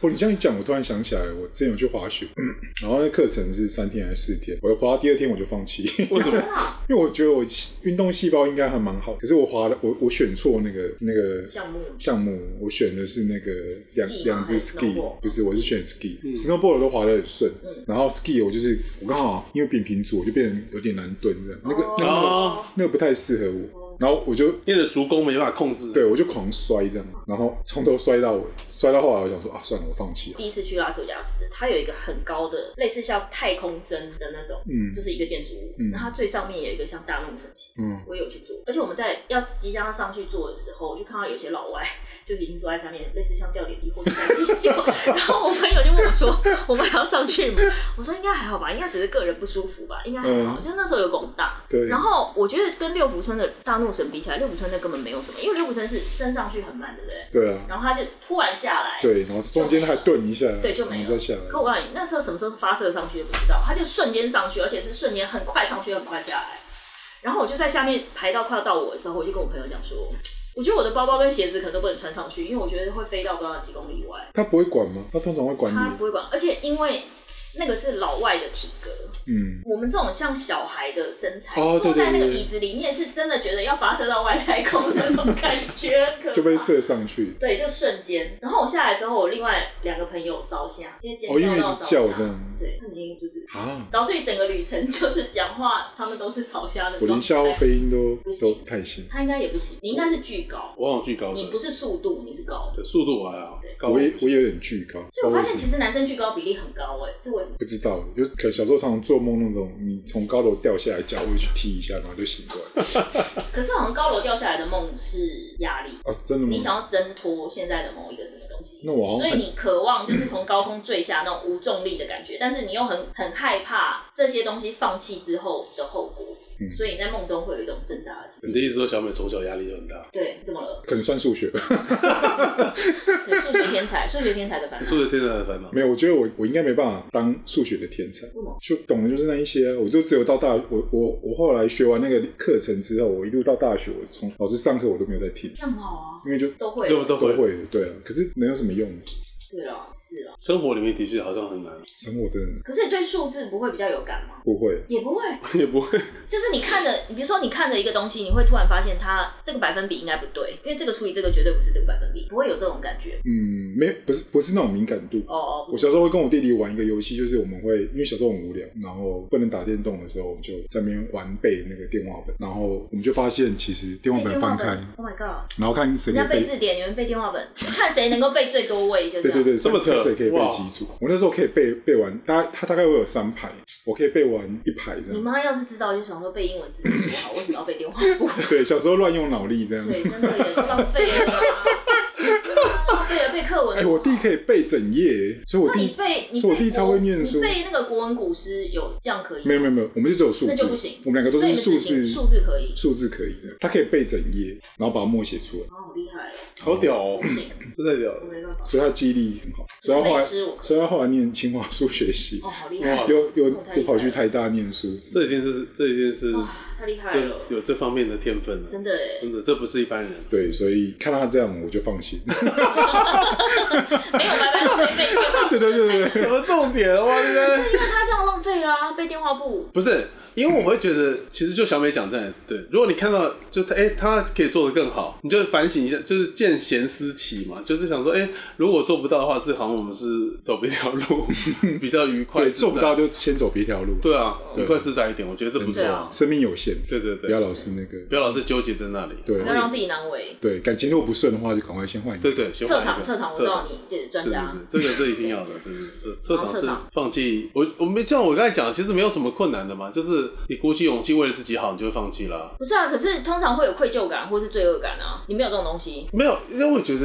A: 哦，你这样一讲，我突然想起来，我之前有去滑雪， 然后那课程是三天还是四天，我滑到第二天我就放弃，
B: 为 什么？
C: 啊
A: 因为我觉得我运动细胞应该还蛮好，可是我滑的我我选错那个那个
C: 项目
A: 项目，我选的是那个
C: Ski
A: 两
C: 吗
A: 两只
C: 还是
A: ski，
C: snowboard？嗯
A: 不是我是选 ski，snowboard 我都滑得很顺，然后 ski 我就是我刚好因为扁平足，我就变得有点难蹲这样，那个那个
B: 哦，
A: 那个不太适合
C: 哦
A: 我，然后我就
B: 你的足弓没办法控制。
A: 对，我就狂摔这样，然后从头摔到尾，摔到后来我想说啊，算了，我放弃了。
C: 第一次去拉斯维加斯，它有一个很高的，类似像太空针的那种，
A: 嗯
C: 就是一个建筑物，
A: 嗯
C: 那它最上面有一个像大弄神器，
A: 嗯，
C: 我也有去做，而且我们在要即将要上去做的时候，我就看到有些老外就是已经坐在下面，类似像吊点滴或者在秀。 然后我朋友就问 我说：“我们还要上去吗？”我说：“应该还好吧，应该只是个人不舒服吧，应该还好。
A: 嗯
C: 就是那时候有拱大，
A: 对
C: 然后我觉得跟六福村的大怒神比起来，六福村那根本没有什么，因为六福村是升上去很慢，对不对？
A: 对啊，
C: 然后他就突然下来，
A: 对，然后中间还顿一下，
C: 对，就没
A: 然后
C: 了。
A: 再下
C: 可我
A: 来。
C: 告诉你，那时候什么时候发射上去也不知道，它就瞬间上去，而且是瞬间很快上去，很快下来。然后我就在下面排到快要到我的时候，我就跟我朋友讲说，我觉得我的包包跟鞋子可能都不能穿上去，因为我觉得会飞到不知道几公里外。
A: 他不会管吗？他通常会管
C: 他
A: 你。
C: 不会管，而且因为那个是老外的体格，
A: 嗯，
C: 我们这种像小孩的身材，
B: 哦对
C: 坐在那
B: 对
C: 个
B: 对对
C: 椅子里面，是真的觉得要发射到外太空的那种感觉，很可怕
A: 就被射上去。
C: 对，就瞬间。然后我下来的时候，我另外两个朋友烧香，因为尖
A: 哦因为
C: 叫到
A: 是
C: 烧
A: 叫这样
C: 香，对，他们已经就是，
A: 啊，
C: 导致于整个旅程就是讲话，他们都是烧香的
A: 我连
C: 状
A: 笑
C: 态。
A: 飞音都
C: 不行
A: 都不太行。
C: 他应该也不行，你应该是巨高，
B: 我往巨高的
C: 你，不是速度，你是高的。
B: 对速度我还好
C: 对，
B: 高
A: 我也我也有点巨高，
C: 所以我发现
A: 不知道为什
C: 其
A: 么
C: 实男生巨高比例很高诶、是为什么？
A: 不知道，就可能小时候常常做梦那种，你从高楼掉下来，脚会去踢一下，然后就醒过来。
C: 可是好像高楼掉下来的梦是压力。
A: 啊，真的吗
C: 你？想要挣脱现在的某一个什么东西，
A: 那我好
C: 所
A: 像
C: 以你渴望就是从高空坠下那种无重力的感觉，但是你又很很害怕这些东西放弃之后的后果，
A: 嗯
C: 所以你在梦中会有一种挣扎的情绪。
B: 你的意思说小美从小压力就很大？
C: 对，怎么了？
A: 可能算数学吧。
C: 对，数学天才，数学天才的 烦恼。
B: 数学天然的烦恼
A: 没。有，我觉得我我应该没办法当数学的天才
C: 什么，
A: 就懂的就是那一些啊、我就只有到大，我我我后来学完那个课程之后，我一路到大学，我从老师上课我都没有在听，
C: 那很好啊，
A: 因为就
C: 都会。
B: 对
A: 都
B: 都会
A: 会，对啊。可是能有什么用？
C: 对了，是了。
B: 生活里面的确好像很难，
A: 生活真的
C: 可是你对数字不会比较有感吗？
A: 不会，
C: 也不会，
B: 也不会
C: 就是你看的，比如说你看着一个东西，你会突然发现它这个百分比应该不对，因为这个除以这个绝对不是这个百分比，不会有这种感觉。
A: 嗯，没有，不是不是那种敏感度。
C: 哦哦，不
A: 我
C: 是
A: 小时候会跟我弟弟玩一个游戏，就是我们会因为小时候很无聊，然后不能打电动的时候，我们就在那边玩背那个电话本，然后我们就发现其实电话
C: 背
A: 本
C: 电
A: 翻
C: 话
A: 开，
C: 本。Oh my god！
A: 然后看谁
C: 人
A: 可以
C: 家
A: 背
C: 背字典，你们背电话本， 看谁能够背最多位，啊就这
A: 对
C: 样。
A: 对对，
B: 这么扯
A: 谁可以背
B: 哇
A: 几组？我那时候可以背背完，大概他大概会有三排，我可以背完一排这
C: 你
A: 样。
C: 妈要是知道，就想说背英文字典多好，为什么要背电话 簿？
A: 对，小时候乱用脑力这样。
C: 对，真的也就浪费了啊，浪费了背课文。
A: 哎，我弟可以背整页，所以我
C: 那你
A: 弟
C: 背，你
A: 是
C: 背
A: 我弟超会念书
C: 你背那个国文古诗有这样可以吗？
A: 没有没有没有，我们就只有数字，
C: 那就不行
A: 我们两个都是
C: 所以
A: 数
C: 你们
A: 字，
C: 只行数字可以
A: 数字可以的。他可以背整页，然后把它默写出来，
C: 哦，好厉害哦，
B: 好屌哦
C: 不，行，
B: 真的屌
C: 我没办法。
A: 所以他记忆力很好。所以他后
C: 背
A: 来，
C: 诗我可以
A: 所以他后来念清华数学系
C: 哦，，好厉害，
A: 又又
C: 这种太厉
A: 又
C: 害
A: 跑去台大念书。
B: 这一件事，这一件事，
C: 哇，太厉害了，
B: 这有这方面的天分了，
C: 真的哎，
B: 真的，这不是一般人。
A: 对，所以看到他这样，我就放心。
C: 没有白白浪费背电话簿，
A: 对 对 对对对，
B: 什么重点啊？哇，这
C: 不是因为他这样浪费啦，背电话簿。
B: 不是，因为我会觉得，其实就小美讲这样也是对。如果你看到，就是哎、她可以做得更好，你就反省一下，就是见贤思齐嘛，就是想说，哎、如果做不到的话，至少我们是走别条路， 比较愉快，
A: 对，
B: 自在
A: 做不到，嗯就先走别条路。
B: 对啊，
A: 对
B: 愉快自在一点，我觉得这不错
C: 对。啊
A: 生命有限，
B: 对对对
A: 不要老是那个
B: 不要老是纠结在那里。
A: 对
C: 不要让自己难为。
A: 对，感情如果不顺的话，就赶快先换一个。
B: 对对，先
C: 撤
B: 换一个
C: 场，撤场，我知道你的专
B: 对对
C: 家。
B: 对，这个是一定要的，这是这
C: 然
B: 场
C: 后
B: 是
C: 撤场
B: 放弃。我我们像我刚才讲，其实没有什么困难的嘛，就是你鼓起勇气为了自己好，你就会放弃啦。
C: 不是啊，可是通常会有愧疚感或是罪恶感啊，你没有这种东西。
B: 没有，因为我觉得，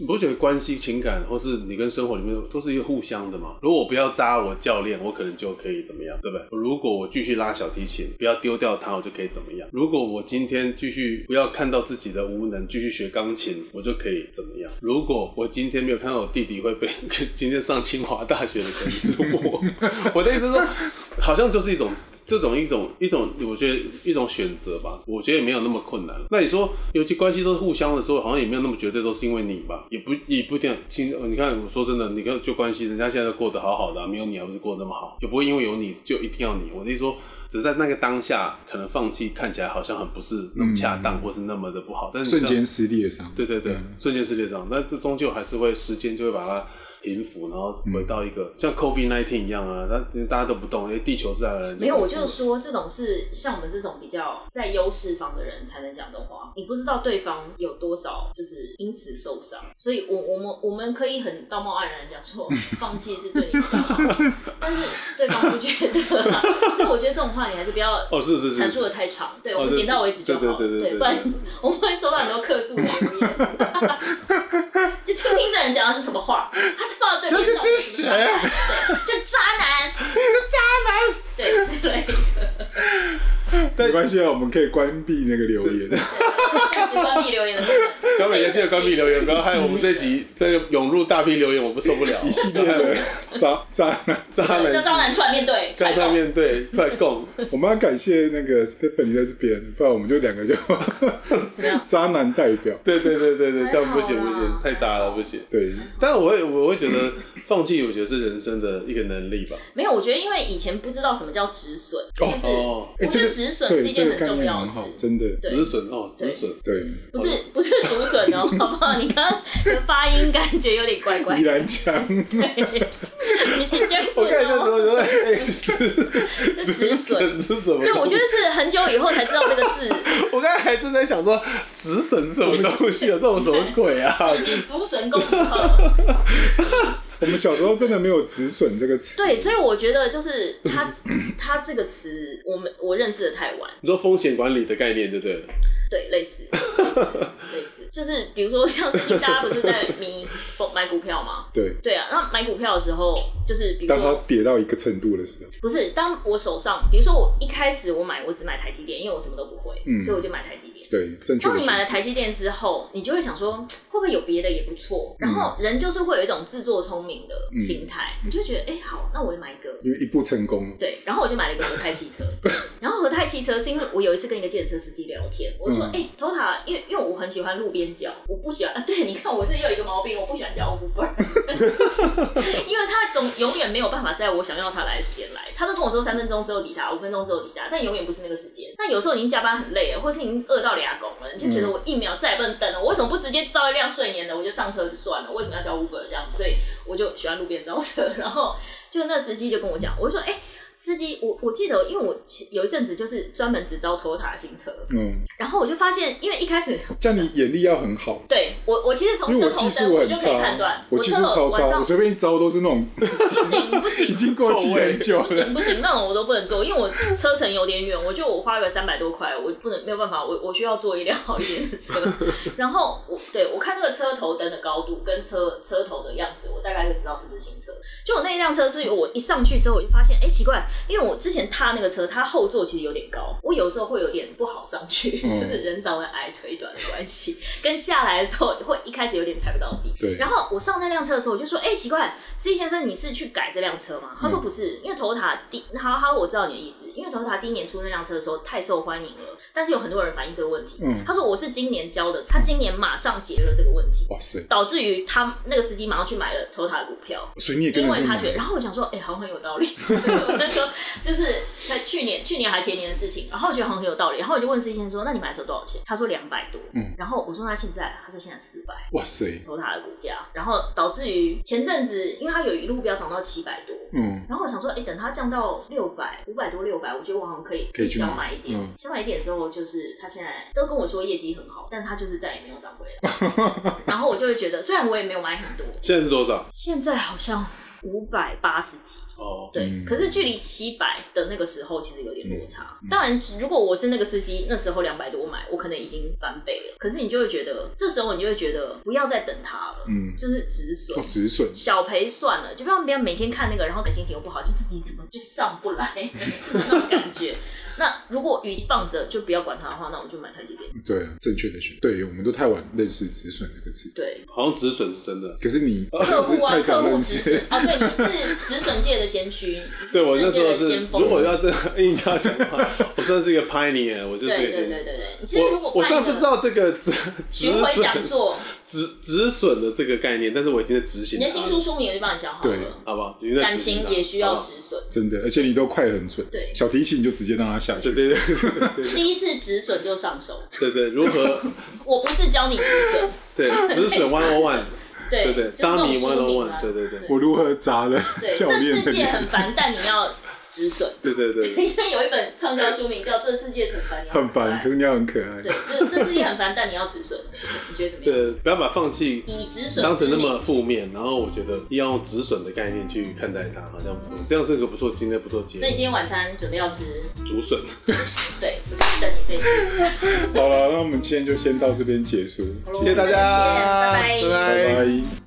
B: 你不觉得关系、情感，或是你跟生活里面都是一个互相的嘛？如果我不要扎我教练，我可能就可以怎么样，对不对？如果我继续拉小提琴，不要丢掉它，我就可以怎么样？如果我今天继续不要看到自己的无能，继续学钢琴，我就可以怎么样？如果我今天没有看到我弟弟会被 今天上清华大学的可能是我，我的意思是说，好像就是一种。这种一种一种，我觉得一种选择吧，我觉得也没有那么困难。那你说，尤其关系都是互相的时候，好像也没有那么绝对都是因为你吧，也不也不一定。其实呃你看，我说真的，你看就关系，人家现在都过得好好的啊、没有你还不是过得那么好，也不会因为有你就一定要你。我的意思说，只是在那个当下，可能放弃看起来好像很不是那么恰当，或是那么的不好，但
A: 嗯
B: 是你
A: 瞬
B: 知道
A: 间撕裂伤。
B: 对对对，
A: 嗯
B: 瞬间世界上，但这终究还是会时间就会把它平复，然后回到一个、
A: 嗯
B: 像 COVID nineteen 一样啊，那大家都不动，因为地球自然而然
C: 没有，我就说这种是像我们这种比较在优势方的人才能讲这种话。你不知道对方有多少就是因此受伤，所以我我们我们可以很道貌岸然地讲说放弃是对你比较好，但是对方不觉得啊、 所以我觉得这种话你还是不要
B: 哦是是是
C: 阐述的太长，对
B: 哦
C: 我们
B: 对
C: 点到为止就好，
B: 对对对对对
C: 不然 我们会收到很多客诉的留言。 就听听这人讲的是什么话，他知道对
B: 这
C: 面
B: 这
C: 到底
B: 这
C: 什么状态对，就渣 男，就渣男，对之类的。
A: 没关系啊，我们可以关闭那个留言。
C: 暂时关闭留言的功 能。
B: 小美也记得关闭留言，不要害我们这
C: 一
B: 集这个涌入大批留言，我们受不了。一系
A: 列的
B: 渣渣渣
C: 集叫
B: 男，
C: 渣男出来面对，出
B: 站
C: 来
B: 上
C: 面
B: 面对，快供！
A: 我们要感谢那个 Stephanie 在这边，不然我们就两个就
C: 怎么样？
A: 渣男代表。
B: 对对对对对，这样不行
C: 还好
B: 不
C: 啦
B: 行，太渣了不行。
A: 对，
B: 但我会我会觉得放弃，我觉得是人生的一个能力吧。
C: 没有，我觉得因为以前不知道什么叫止损，就是
B: 哦
C: 我觉得止损
A: 对
C: 是一
A: 哎这
C: 件
A: 个
C: 很
A: 概
C: 重
A: 念
C: 要的
A: 很
C: 事，
A: 好，真的。
C: 对
B: 止损哦，止损。
A: 对，
C: 不是不是竹笋哦，好不好？你刚刚的发音感觉有点怪怪
A: 依
C: 的，
A: 然强，
C: 哦你是止
B: 我看
C: 损
B: 这时
C: 哦。
B: 候觉得，哎，止止
C: 止损
B: 损是什么？
C: 对，我觉得是很久以后才知道这个字，
B: 我刚才还正在想说，止损是什么东西啊？这种什么鬼啊？
C: 是不是竹笋 功课？
A: 我们小时候真的没有“止损”这个词。
C: 对，所以我觉得就是它它这个词，我们我认识的太晚，
B: 你说风险管理的概念，对不对？
C: 对，类似，类 似，类似，就是比如说像最近大家不是在迷疯买股票吗？
A: 对，
C: 对啊，那买股票的时候，就是比如
A: 当它
C: 说，
A: 跌到一个程度的时候，
C: 不是当我手上，比如说我一开始我买，我只买台积电，因为我什么都不会，
A: 嗯
C: 所以我就买台积电。
A: 对，正确
C: 当
A: 的
C: 你买了
A: 选择。
C: 台积电之后，你就会想说，嗯会不会有别的也不错？然后人就是会有一种自作聪明的
A: 嗯
C: 心态，你就会觉得，哎、好，那我也买一个，
A: 因为一步成功，
C: 对，然后我就买了一个和泰汽车。然后和泰汽车是因为我有一次跟一个建车司机聊天，我就说：“
A: 嗯
C: 哎、头塔，因为因为我很喜欢路边脚，我不喜欢。 啊、对，你看我这又有一个毛病，我不喜欢叫 Uber，因为他总永远没有办法在我想要他来的时间来。他都跟我说三分钟之后抵达，五分钟之后抵达，但永远不是那个时间。但有时候已经加班很累了，或是已经饿到俩拱了，你就觉得我一秒再也不能等了。我为什么不直接招一辆顺眼的，我就上车就算了？为什么要叫 Uber 这样？所以我就喜欢路边招车， 然后。就那司机就跟我讲，我就说，哎、司机，我我记得，因为我其有一阵子就是专门只招 Toyota 新车，
A: 嗯，
C: 然后我就发现，因为一开始
A: 这样你眼力要很好，
C: 对我我其实从
A: 因为
C: 车
A: 我
C: 头
A: 技
C: 灯
A: 术
C: 我
A: 很
C: 就可以判断
A: 差，，我技
C: 车
A: 术超
C: 晚
A: 差，
C: 上
A: 我随便一招都是那 种
C: 不行不行，
A: 已经过期很久
C: 不
A: 了。
C: 行不行，那种我都不能坐，因为我车程有点远，我觉得我花个三百多块，我不能没有办法，我我需要坐一辆好一点的车。然后我对我看那个车头灯的高度跟车车头的样子，我大概就知道是不是新车。就我那一辆车是我一上去之后，我就发现，哎、奇怪，因为我之前踏那个车，它后座其实有点高，我有时候会有点不好上去，
A: 嗯
C: 就是人长得矮腿短的关系，跟下来的时候会一开始有点踩不到地。
A: 对
C: 然后我上那辆车的时候，我就说：“哎、奇怪司机先生，你是去改这辆车吗？”他说：“不是，因为头塔第……好好，我知道你的意思。因为头塔第一年出那辆车的时候太受欢迎了，但是有很多人反映这个问题。
A: 嗯
C: 他说我是今年交的，他今年马上解决了这个问题，
A: 哇塞，
C: 导致于他那个司机马上去买了头塔的股票。”
A: 所以你也跟
C: 因
A: 着
C: 为
A: 去
C: 他觉得，
A: 买
C: 然后我想说，哎、好像很有道理。我那时候就是在去年、去年还前年的事情，然后我觉得好像很有道理，然后我就问司机先生说：“那你买的时候多少钱？”他说两百多，
A: 嗯
C: 然后我说那现在，他说现在四百，
A: 哇塞，
C: 投它的股价，然后导致于前阵子，因为它有一路飙涨到七百多，
A: 嗯，
C: 然后我想说，哎、等它降到六百、五百多、六百，我觉得我好像可以
A: 可以去买
C: 小买一点
A: 嗯，
C: 小、买一点之后，就是它现在都跟我说业绩很好，但它就是再也没有涨回来， 然后我就会觉得，虽然我也没有买很多，
B: 现在是多少？
C: 现在好像五百八十几，
B: 哦，
C: 对，
A: 嗯
C: 可是距离七百的那个时候其实有点落差。
A: 嗯
C: 当然，如果我是那个司机，那时候两百多买，我可能已经翻倍了。可是你就会觉得，这时候你就会觉得不要再等它了，
A: 嗯
C: 就是止损
A: 哦，。止损，
C: 小赔算 了，就不要不要每天看那个，然后感情情又不好，就自己怎么就上不来那种感觉。那如果鱼放着就不要管它的话，那我就买台积电。
B: 嗯
A: 对啊，正确的选，对我们都太晚认识止损这个字，
C: 对，
B: 好像止损是真的。
A: 可是你
B: 哦
C: 客 户啊，
A: 太
C: 客
A: 早
C: 户
A: 认
C: 止损
A: 识，
C: 啊，对，你是止损界的先驱，你是
B: 对我
C: 止
B: 那
C: 损
B: 时
C: 界
B: 候
C: 的
B: 是
C: 先，锋。
B: 如果要真的硬加讲的 话，我算是一个 pioneer，我就是
C: 对
B: 一个
C: 对对
B: 先
C: 对对，你是如
B: 我
C: 果
B: 我
C: 办
B: 虽然
C: 一
B: 不
C: 个
B: 知道这个止止
C: 巡回讲
B: 损
C: 座，
B: 止止损的这个概念，但是我已经在执行
C: 你
B: 它
C: 的
B: 了。
C: 新书书名我就帮你想好
A: 对
C: 了，
B: 好不好？已经在
C: 感
B: 执行
C: 情
B: 它
C: 也需要
B: 好不好
C: 止损。
A: 真的，而且你都快很准，
C: 对
A: 小提琴就直接让它下去
B: 对，对对对
C: 第一次止损就上手，
B: 对 对，如何
C: 我不是教你止损，
B: 对止损 one on one，
C: 对
B: 对对，
C: 就是那
B: 当
C: 种
B: 你 one
C: 书
B: on
C: 名啊
B: one，，对对对
A: 我如何砸了
C: 对，
A: 教
C: 这
A: 练
C: 世
A: 的
C: 界
A: 脸？
C: 很烦，但你要止损。
B: 对对对对，
C: 因为有一本畅销书名叫《这世界是很烦》，你要
A: 很烦，可
C: 爱
A: 是你要很可爱
C: 对，。这这世界很烦，但你要止损，你觉得怎么样？
B: 对，不要把放弃
C: 以止损
B: 当成
C: 之
B: 那
C: 名
B: 么负面，然后我觉得要用止损的概念去看待它，好像不错，这样是个不错，今天不错结
C: 所以
B: 论
C: 今。天晚餐准备要吃，
B: 竹笋，
C: 对，我就是等你这一次。
A: 好了，那我们今天就先到这边结束，
B: 谢谢大家，
C: 拜拜
A: 拜拜。